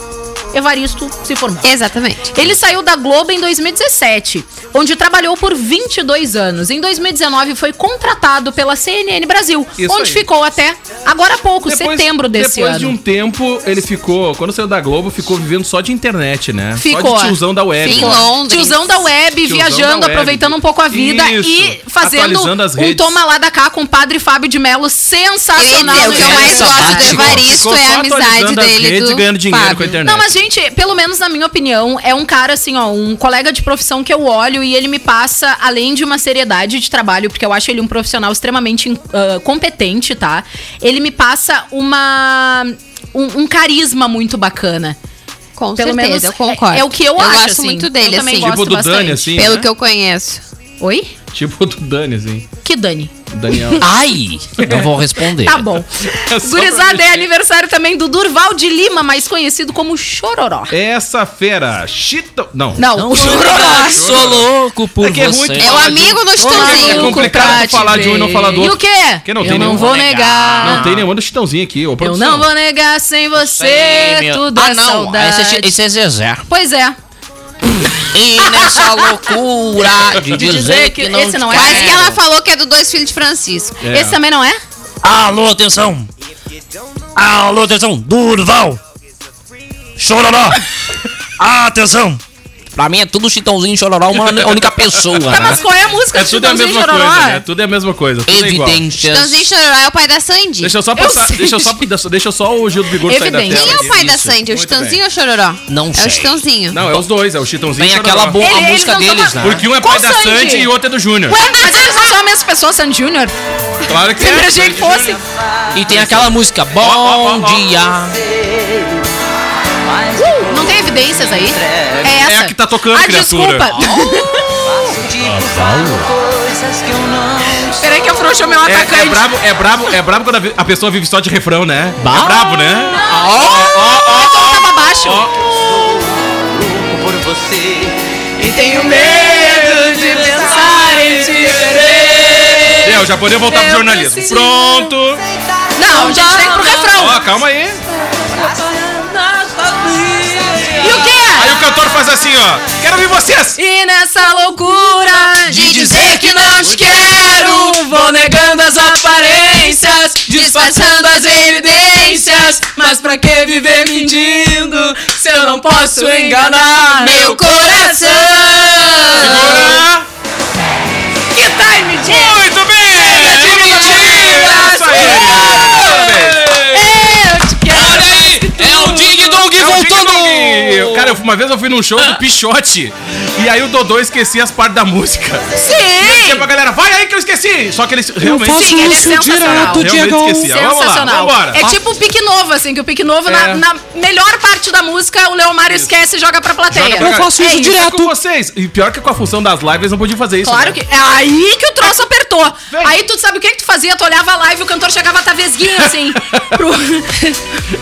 E: Evaristo se formou.
F: Exatamente.
E: Ele saiu da Globo em 2017, onde trabalhou por 22 anos. Em 2019 foi contratado pela CNN Brasil,
D: Isso
E: onde
D: aí.
E: ficou até agora há pouco, setembro desse
D: depois
E: ano.
D: de um tempo, ele ficou, quando saiu da Globo, ficou vivendo só de internet, né?
E: Ficou.
D: Só de tiozão da web.
F: Sim,
D: né?
F: Londres.
E: Tiozão da web,
D: Tiozão
E: viajando,
D: da web.
E: aproveitando um pouco a vida
D: Isso.
E: e fazendo
D: Atualizando as
E: um
D: redes.
E: toma lá da cá com o padre Fábio de Melo sensacional. né,
F: Ele é o
E: no
F: que eu mais
E: Instagram.
F: gosto do
G: Sabático.
F: Evaristo,
D: Ficou
F: é
D: só
F: a amizade
D: atualizando as
F: dele
D: redes
F: do
D: e ganhando dinheiro
F: Fábio.
D: com a internet.
E: Não, mas gente, pelo menos na minha opinião, é um cara assim, ó, um colega de profissão que eu olho e ele me passa, além de uma seriedade de trabalho, porque eu acho ele um profissional extremamente ah, competente, tá? Ele me passa uma um, um carisma muito bacana.
F: Com
E: Pelo
F: certeza,
E: menos
F: eu concordo.
E: é- é o que eu acho,
F: gosto
E: assim.
F: muito
E: Eu
F: dele,
E: também
F: assim.
E: gosto.
D: Tipo do
E: bastante.
D: Dani, assim.
F: Pelo
D: né?
F: que eu conheço.
E: Oi?
D: Tipo do Dani, assim.
E: Que Dani?
D: Daniel. <laughs>
G: Ai, não vou
E: assim.
G: responder.
E: <laughs> Tá bom.
D: É só pra
E: Gurizada, é
D: mexer.
E: aniversário também do Durval de Lima, mais conhecido como Chororó.
D: Essa fera, Chita. É. Não.
E: Não,
G: Não,
E: o Chororó.
G: eu sou louco por
D: É que é
G: você.
D: muito-
F: É o
D: Fala de
F: amigo do
D: É
F: Chitãozinho.
D: complicado
E: Contrate,
D: falar de um e não
E: vem.
D: falar do outro.
E: E o quê?
D: Porque não
E: eu
D: tem
E: não
D: nenhum.
E: vou negar.
G: negar.
D: Não tem nenhuma do Chitãozinho aqui, ô
E: Eu
D: produção. É
E: não vou negar sem você,
G: Sei, meu-
E: tudo
G: ah,
E: é
G: não.
E: saudade.
G: Esse, é- esse é Zezé.
E: Pois é.
G: E nessa loucura de dizer, que, não
E: esse não é.
F: Mas
G: quero.
F: que ela falou que é do Dois Filhos de Francisco.
D: É.
E: Esse também não é?
H: Alô, atenção! Alô, atenção! Durval! Chororó! Atenção!
G: Pra mim é tudo Chitãozinho e Chororó, uma única pessoa,
E: Tá, mas
G: né?
E: qual é a música
D: É
E: do
D: tudo a
E: Chitãozinho e
D: mesma
E: Chororó?
D: coisa, né? Tudo é a mesma coisa. Tudo é igual.
G: Evidências.
F: Chitãozinho Chororó é o pai da Sandy.
D: Deixa eu só
E: Eu
D: passar.
E: sei.
D: deixa eu só deixa, deixa eu só o Gil do Vigor sair da
E: Evidente.
D: tela.
F: Quem é o
D: aqui.
F: pai da
D: Isso,
F: Sandy? É o
D: muito bem.
F: Chitãozinho ou o Chororó?
G: Não
F: É o
G: sei.
F: Chitãozinho.
D: Não, é os dois, é o Chitãozinho
G: Tem
D: e o
G: aquela
D: Chororó.
G: boa
E: Ele-
G: a
E: eles
G: música
E: não tão
G: deles,
E: na-
G: né?
D: Porque um é
E: Qual
D: pai da
E: Sandy?
D: Sandy e o outro é do Júnior.
E: Ué, mas eles não são a mesma pessoa, Sandy Júnior?
D: Claro que
E: Sempre
D: é.
E: achei que fosse.
G: E tem aquela música Bom
D: ó, ó, ó.
G: Dia.
E: Uh, não tem evidências aí? É essa.
D: É a que tá tocando,
E: Ah,
D: criatura.
E: desculpa. Peraí que afrouxou meu
D: É,
E: atacante.
D: é brabo, é brabo, é brabo quando a vi- a pessoa vive só de refrão, né?
G: Bah.
D: É brabo, né?
E: Ah, então eu tava abaixo.
D: É, eu já poderia voltar pro jornalismo. Pronto.
E: Não, a gente tem que ir pro refrão.
D: Ó, calma aí.
E: E o quê?
D: Aí o cantor faz assim, ó. Quero ver vocês.
E: E nessa loucura de dizer que não te quero, vou negando as aparências, disfarçando as evidências. Mas pra que viver mentindo se eu não posso enganar meu coração?
D: Segura.
E: Que time de
D: Muito bem.
E: de mentiras.
D: Isso aí.
E: eu te quero.
G: É o Dig Dog
D: É o Ding
G: voltando!
D: Dong. Cara, eu- uma vez eu fui num show do Pichote e aí o Dodô esquecia as partes da música. E
E: Sim!
D: aí pra galera, vai aí que eu esqueci! Só que eles realmente,
E: Sim, ele é sensacional.
D: realmente esquecia. Mas
E: Sensacional.
D: Vamos lá, vambora.
E: É tipo o pique novo, assim, que o pique novo, na,
D: É.
E: na melhor parte da música, o Leomário esquece e joga pra plateia.
D: Joga pra cá.
E: é isso.
D: É com vocês. E pior que com a função das lives não podia fazer isso.
E: Claro
D: né?
E: que. É aí que o troço cantor. Aí tu sabe o que, que tu fazia? Tu olhava a live e o cantor chegava tavesguinho, <laughs> assim, pro,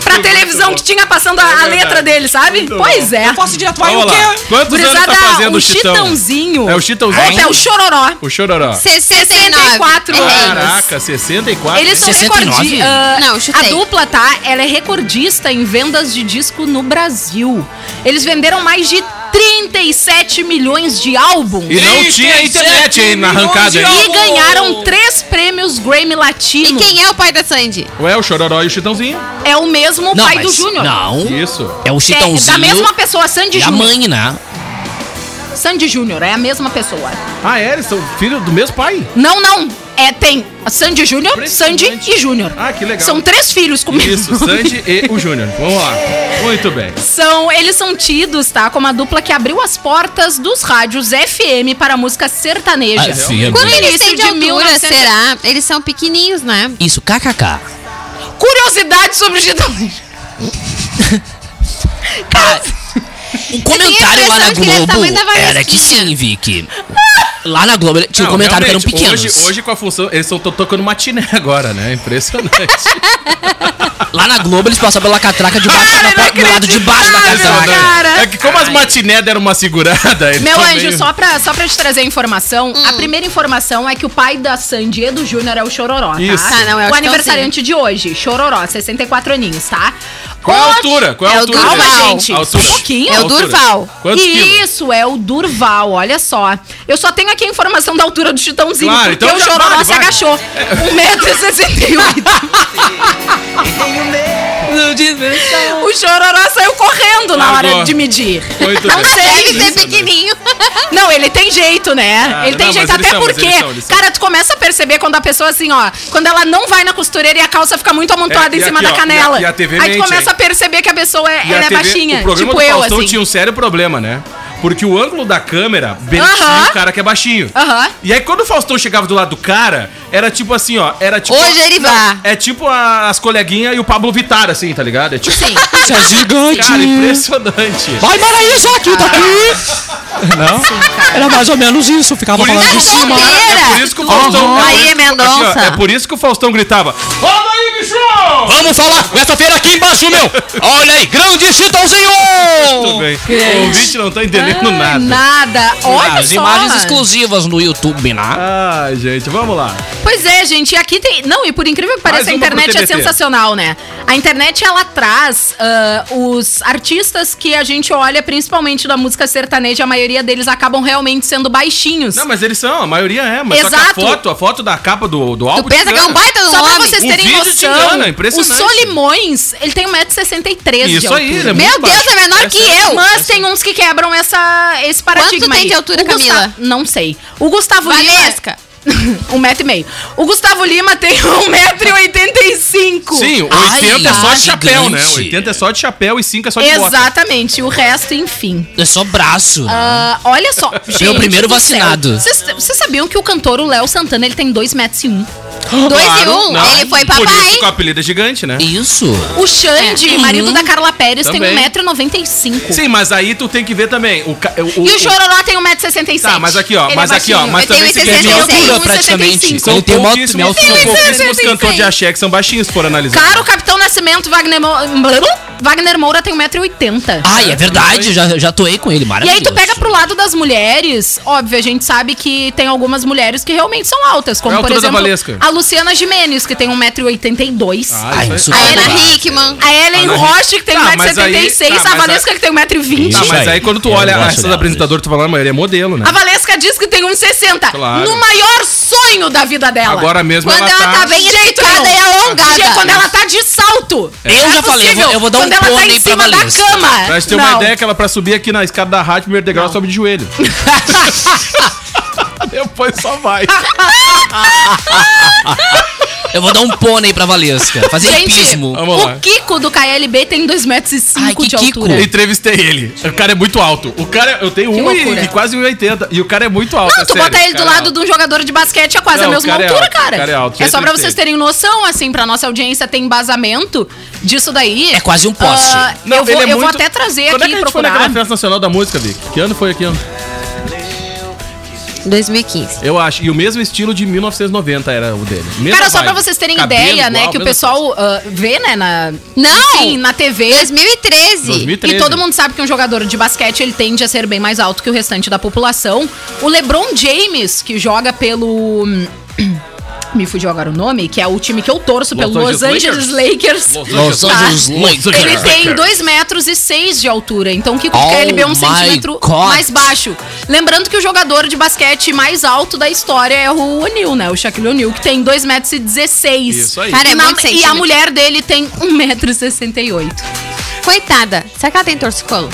E: pra televisão que tinha passando a, a letra dele, sabe? pois é. Eu posso
D: Vai o quê? Quantos anos tá fazendo o
E: um
D: Chitão?
E: chitãozinho.
D: É o Chitãozinho?
E: Puta, É o chororó.
D: O Chororó.
E: 64
F: É
E: anos.
D: Caraca, 64.
E: Eles são
G: 69?
E: recordistas.
F: Não, chutei.
E: ah, A dupla, tá? Ela é recordista em vendas de disco no Brasil. Eles venderam mais de 37 milhões de álbuns.
D: E não tinha internet aí na arrancada. hein?
E: E ganharam três prêmios Grammy
F: E
E: Latino.
F: quem é o pai da Sandy?
D: Ué, o Chororó e o Chitãozinho.
E: É o mesmo pai do
G: mas-
E: Júnior.
G: Não.
D: Isso.
G: É o
E: Que é
G: Chitãozinho.
E: da mesma pessoa, Sandy
G: E a
E: Júnior.
G: mãe, né?
E: Sandy Júnior, é a mesma pessoa.
D: Ah, é, eles são filhos do mesmo pai.
E: Não, não. É, tem Sandy Júnior, Sandy
D: Impressionante.
E: e Júnior.
D: Ah, que legal.
E: São três filhos comigo. <laughs>
D: Isso, Sandy e o Júnior. Vamos lá. Muito bem.
E: São, eles são tidos, tá? Como a dupla que abriu as portas dos rádios FM para a música sertaneja.
G: Ah, FM.
E: Quando
F: Quando eles
E: início
F: têm de
E: de
F: altura,
E: 1900
F: será? Eles são pequenininhos, né?
G: Isso, kkk.
E: Curiosidade sobre o Chitãozinho.
G: Um comentário lá na
F: impressão de que ele é do
G: Globo
F: tamanho da
G: era que
F: Vanesquinha.
G: sim, Vicky. Lá na Globo ele tinha um
D: Não,
G: comentário que eram
D: realmente,
G: pequenos.
D: Hoje, hoje com a função, eles estão tocando matiné agora, né? Impressionante.
G: Lá na Globo eles passavam pela catraca de baixo
E: Cara,
G: na porta, do lado de baixo da
E: inacreditável,
G: catraca.
E: Tá cara.
D: É que como as matiné deram uma segurada, eles
E: Meu
D: tão
E: anjo,
D: meio-
E: só pra, só pra te trazer a informação,
F: Hum.
E: a primeira informação é que o pai da Sandy e do Júnior é o Chororó, tá?
D: Isso.
F: Ah, não, é o
E: o
F: Chitãozinho.
E: aniversariante de hoje, Chororó, 64 aninhos, tá?
D: Qual é a
E: Hoje-
D: altura? Qual é a
F: É o
D: altura?
E: Calma,
D: dele?
E: gente.
D: Altura.
E: Um pouquinho.
F: É o
D: Altura.
F: Durval.
D: Quantos quilos?
E: Isso, é o Durval, olha só. Eu só tenho aqui a informação da altura do Chitãozinho,
D: Claro,
E: porque
D: então
E: o
D: já
E: Chororó
D: vale, É.
E: se
D: vale.
E: agachou. 1,68m.
F: <laughs>
E: o Chororó saiu correndo na
D: Largou.
E: hora de medir.
D: Muito
E: não
D: bem.
E: sei.
D: né?
F: Deve ser
E: <laughs>
F: pequenininho.
E: Não, ele tem jeito, né?
D: Ah,
E: ele tem
D: não,
E: jeito,
D: mas eles
E: até
D: são, mas
E: porque.
D: eles são, eles são.
E: Cara, tu começa a perceber quando a pessoa, assim, ó. Quando ela não vai na costureira e a calça fica muito amontoada
D: É, e
E: em cima
D: aqui,
E: da
D: ó,
E: canela.
D: e a- e a TV
E: Aí
D: mente,
E: tu começa
D: hein?
E: a perceber que a pessoa é,
D: E a
E: ela é
D: TV
E: baixinha.
D: O programa
E: Tipo
D: do
E: eu,
D: Faustão
E: assim.
D: tinha um sério problema, né? Porque o ângulo da câmera beneficia
E: Aham.
D: o cara que é baixinho.
E: Aham.
D: E aí, quando o Faustão chegava do lado do cara, era tipo assim, ó. Era tipo.
F: Hoje ele
D: Não,
F: vai.
D: É tipo a- as coleguinhas e o Pablo Vittar, assim, tá ligado? É tipo.
E: <laughs>
F: Sim.
I: Você é gigante!
D: Cara, impressionante.
I: Vai, para isso aqui,
G: tá
I: daqui! Não? Era mais ou menos isso, ficava
D: Por isso-
I: falando de cima.
D: É por isso que o Faustão.
F: Aham.
D: é por isso-
F: Aí, Mendonça.
D: ó, é por isso que o Faustão gritava: Roda aí, bicho!
I: Vamos falar com essa feira aqui embaixo, meu! Olha aí, grande
E: Oh,
I: Chitãozinho!
D: Tudo bem. O ouvinte não tá entendendo
E: Ah,
D: nada. um
E: Nada. Olha
G: As
E: só.
G: imagens exclusivas no YouTube, né?
D: Ai, gente, vamos lá.
E: Pois é, gente, e aqui tem. Não, e por incrível que pareça, a
D: Mais uma pro
E: internet é
D: TBT.
E: sensacional, né? A internet, ela traz ah, os artistas que a gente olha, principalmente da música sertaneja, a maioria deles acabam realmente sendo baixinhos.
D: Não, mas eles são, a maioria é, mas só
E: Exato.
D: que a foto, a foto da capa do, do álbum.
F: Tu pensa que é um
D: engana.
F: baita do
E: Só pra
F: homem.
E: vocês
D: O
E: terem
D: vídeo te
E: noção,
D: engana, é
E: o
D: impressionante.
E: Solimões, ele tem 1,63m de
D: Isso
E: altura.
D: aí, ele é
F: Meu
D: muito
F: Deus,
D: baixo.
F: é menor que
D: sério.
F: eu.
E: Mas tem uns que quebram essa, esse paradigma
F: Quanto tem
E: aí.
F: de altura,
E: O Gusta-
F: Camila?
E: Não sei. O Gustavo
F: Valesca.
E: Lima... <laughs> um metro e meio. O Gustavo Lima tem <laughs> 1,85m.
D: Sim, 80 é só
G: Ai,
D: de chapéu, né?
G: gigante.
D: 80 é só de chapéu e 5 é só de bota.
E: Exatamente. O resto, enfim.
G: É só braço.
E: Ah, olha
D: <laughs>
E: só. gente
G: primeiro
E: do céu.
G: vacinado.
E: Vocês vocês sabiam que o cantor, o Léo Santana, ele tem 2,1 metros um?
D: <gasps>
F: Dois e um,
D: não.
F: ele foi
D: Por isso que o
F: papai.
D: apelido é gigante, né?
G: Isso.
E: O Xande,
F: É.
E: marido da Carla Pérez,
D: Uhum. Também.
E: tem 1,95m.
D: Sim, mas aí tu tem que ver também. O, ca- o,
E: E o Chororó tem 1,67m.
D: Tá, mas aqui, ó,
E: é
D: mas aqui, ó, mas
F: é
D: tá-
F: Eu tenho
D: também se quer
G: Minha
F: 1,66.
D: ver.
F: tenho
G: altura,
F: 1,75.
G: praticamente.
D: São
G: Ele tem um uma
D: pouquíssimos,
G: minha altura.
D: são pouquíssimos
F: 1,66.
D: cantores de axé que são baixinhos, se for analisar.
E: Cara, o Capitão Nascimento, Wagner, Mo... Wagner Moura tem 1,80m.
D: Ah,
G: Ai, é verdade, já, já atuei com ele,
E: E aí
G: maravilhoso.
E: tu pega pro lado das mulheres, óbvio, a gente sabe que tem algumas mulheres que realmente são altas, como
D: Qual é a
E: por
D: altura da
E: exemplo,
D: Valesca?
E: a Luciana Jimenez, que tem 1,82m.
D: Ah,
G: Ai,
D: isso
G: isso
D: aí.
F: A
G: é
F: Ana
G: verdade.
F: Hickman.
E: A Ellen
D: Ana
E: Rocha, que tem
D: Tá, mas
E: 1,76m,
D: aí- tá,
E: a
D: mas
E: Valesca, que tem 1,20m.
D: Tá,
G: Isso
D: mas
G: aí.
D: aí quando tu
G: Eu
D: olha
G: gosto
D: essas
G: delas,
D: apresentadoras, tu fala, a maioria é modelo, né?
E: A Valesca diz que tem 1,60.
D: Claro.
E: No maior sonho da vida dela.
D: Agora mesmo
F: Quando
D: ela
F: ela tá
D: tá...
F: bem
E: jeito
F: esticada
E: nenhum.
F: e alongada.
E: Gente, quando ela tá de salto.
G: é Eu
E: Não
G: já
E: é
G: falei, eu vou- eu vou dar um
E: quando ela tá
G: pônei
E: em
G: pra
E: cima da
G: Valesca.
E: cama.
D: Pra gente ter
E: Não.
D: uma ideia que ela pra subir aqui na escada da rádio, primeiro degrau, sobe de
E: <laughs>
D: joelho. Depois só vai.
G: Eu vou dar um pônei pra Valesca. Fazer
E: Gente,
G: hipismo.
D: Vamos lá.
E: o Kiko do KLB tem 2,5 metros
G: Ai, que
E: de
G: Kiko.
E: altura.
D: Eu entrevistei ele. O cara é muito alto. O cara, eu tenho um
E: loucura.
D: e, e quase 1,80. E o cara é muito alto.
E: Não,
D: é
E: tu
D: sério.
E: bota ele do
D: Cara,
E: lado de um jogador de basquete a quase
D: Não,
E: a
D: o
E: mesma
D: cara é
E: altura,
D: alto, o
E: cara.
D: cara é alto,
E: só pra
D: entrevistei
E: vocês
D: ele.
E: terem noção, assim, pra nossa audiência ter embasamento disso daí.
G: É quase um poste.
E: Ah,
D: Não,
E: eu vou,
D: ele é
E: eu vou
D: muito-
E: até trazer
D: Quando é
E: aqui
D: que a
E: e
D: gente foi naquela
E: procurar.
D: festa nacional da música, Vic? Que ano foi aqui? Ano?
F: 2015.
D: Eu acho. E o mesmo estilo de 1990 era o dele. Mesma
E: Cara, só pra
D: vibe.
E: vocês terem
D: Cabelo
E: ideia, né?
D: igual,
E: Que o
D: mesma coisa.
E: pessoal ah, vê, né? Na,
F: Não!
E: Enfim, na TV.
F: 2013.
D: 2013.
E: E todo mundo sabe que um jogador de basquete ele tende a ser bem mais alto que o restante da população. O LeBron James, que joga pelo. hum, <coughs> Me fugiu agora o nome, que é o time que eu torço,
D: Los
E: pelo Los
D: Angeles
E: Angeles Lakers.
G: Los Angeles
E: Tá.
G: Lakers.
E: Ele tem 2 metros e 6 de altura, então o Kiko
G: Oh
E: KLB é um
G: my
E: centímetro
G: God.
E: mais baixo. Lembrando que o jogador de basquete mais alto da história é o O'Neal, né? O Shaquille O'Neal, que tem 2 metros e 16.
D: Isso aí.
F: Cara, é
E: e, na-
F: muito
E: e Tá a
F: centímetro.
E: mulher dele tem 1,68m.
F: Coitada. Será que ela tem torcicolo?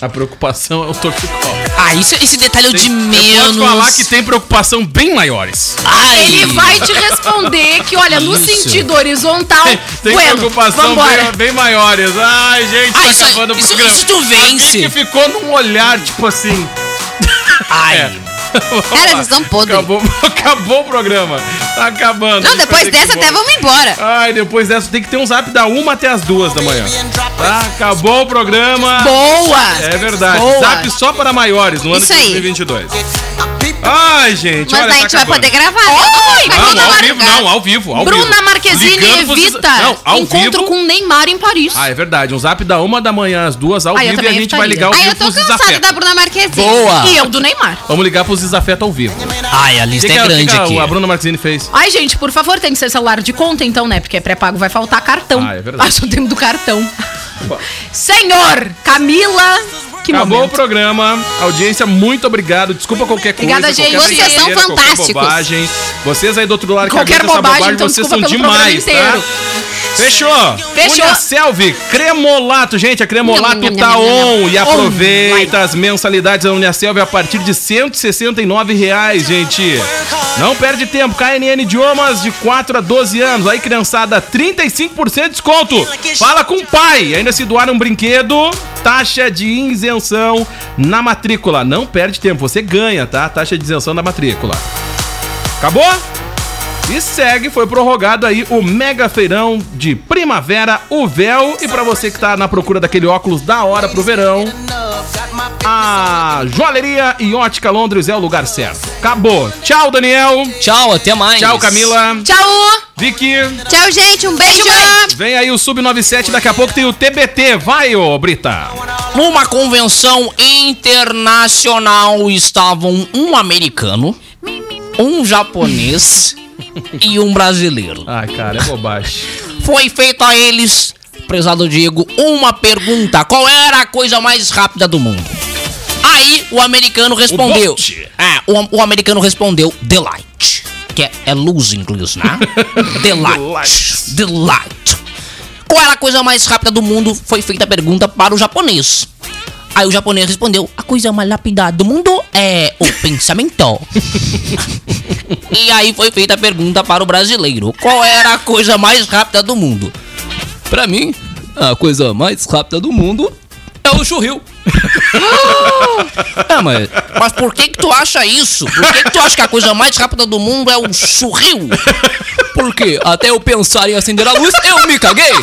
D: A preocupação é o torcicolo.
G: Ah, isso, esse detalhe é o de menos.
D: Posso falar que tem preocupação bem maiores.
G: Ai.
E: Ele vai te responder que, olha, no
G: Isso.
E: sentido horizontal,
D: Tem, tem
E: bueno,
D: preocupação
E: vambora.
D: bem, bem maiores. Ai, gente,
G: Ah,
D: tá
F: é
G: isso aí-
D: acabando
G: isso-
D: o programa.
G: isso tu vence.
D: Alguém que ficou num olhar, tipo assim.
G: Ai.
F: Cara, vocês são podres.
D: Acabou, <laughs> acabou o programa. Tá acabando. A
F: Não,
D: gente vai
F: depois
D: ter que ir
F: dessa até
D: embora.
F: vamos embora.
D: Ai, depois dessa tem que ter um zap da uma até as duas da manhã. Tá, acabou o programa.
E: Boa!
D: É verdade.
E: Boa.
D: Zap só para maiores no ano de
F: Isso aí.
D: 2022. Ai, gente,
F: Mas
D: olha,
F: daí a
D: tá
F: gente vai
D: acabando.
F: poder gravar. né? Então vai
D: Não,
F: toda
D: ao
F: hora.
D: vivo, não, ao vivo, ao vivo.
E: Bruna Marquezine
D: Ligando vocês-
E: evita
D: Não, ao
E: encontro
D: vivo.
E: com Neymar em Paris.
D: Ah, é verdade. Um zap da uma da manhã às duas ao
E: Ah, eu
D: vivo e a
E: também
D: gente vai
E: evitaria.
D: ligar ao
F: Aí eu
D: vivo
F: tô
D: pros
F: cansado da
D: desafetos.
F: Bruna Marquezine.
G: Boa!
E: E eu É do Neymar.
D: Vamos ligar pros desafetos ao vivo.
G: Ai, a lista
D: que
G: é
D: a-
G: grande
D: que a-
G: aqui.
D: a Bruna Marquezine fez?
E: Ai, gente, por favor, tem que ser celular de conta, então, né? Porque é pré-pago, vai faltar cartão.
D: Ah, é verdade.
E: Acho o tempo do cartão. Senhor, Camila, que
D: Acabou o
E: momento.
D: programa. Audiência, muito obrigado. Desculpa qualquer coisa.
E: Obrigada, gente.
D: qualquer
F: Vocês são
D: besteira, qualquer
F: fantásticos.
D: bobagem. Vocês aí do outro lado que
E: Qualquer
D: aguentam essa
E: bobagem, então
D: vocês são
E: desculpa pelo
D: demais,
E: programa
D: tá?
E: inteiro.
D: Fechou.
E: Fechou.
D: Unha Selvi, cremolato, gente. A cremolato
F: Nham, nham,
D: tá
F: nham, nham,
D: on. E aproveita as mensalidades da Unia Selvi a partir de R$ 169 reais, gente. Não perde tempo. KNN Idiomas de 4 a 12 anos. Aí, criançada, 35% de desconto. Fala com o pai. Ainda se doar um brinquedo, taxa de isenção na matrícula. Não perde tempo. Você ganha, tá? Taxa de isenção na matrícula. Acabou? E segue, foi prorrogado aí o mega feirão de primavera, o véu. E pra você que tá na procura daquele óculos da hora pro verão, a Joalheria e Ótica Londres é o lugar certo. Acabou. Tchau, Daniel.
G: Tchau, até mais.
D: Tchau, Camila.
F: Tchau.
D: Vicky.
F: Tchau, gente. Um beijo.
D: Vem aí o Sub97, daqui a pouco tem o TBT. Vai, ô Brita.
G: Numa convenção internacional estavam um americano, um japonês e um brasileiro.
D: Ai, cara, é bobagem.
G: Foi feita a eles, prezado Diego, uma pergunta: qual era a coisa mais rápida do mundo? Aí o americano respondeu.
D: Bolt.
G: Ah, o, o americano respondeu delight. Que é, é luz em inglês, né? delight. Delight. Qual era a coisa mais rápida do mundo? Foi feita a pergunta para o japonês. Aí o japonês respondeu: A coisa mais rápida do mundo é o <laughs> pensamento. e aí foi feita a pergunta para o brasileiro: Qual era a coisa mais rápida do mundo? Pra mim, a coisa mais rápida do mundo é o churril. Ah, mas, mas por que que tu acha isso? Por que que tu acha que a coisa mais rápida do mundo é o churril? Porque até eu pensar em acender a luz, eu me caguei.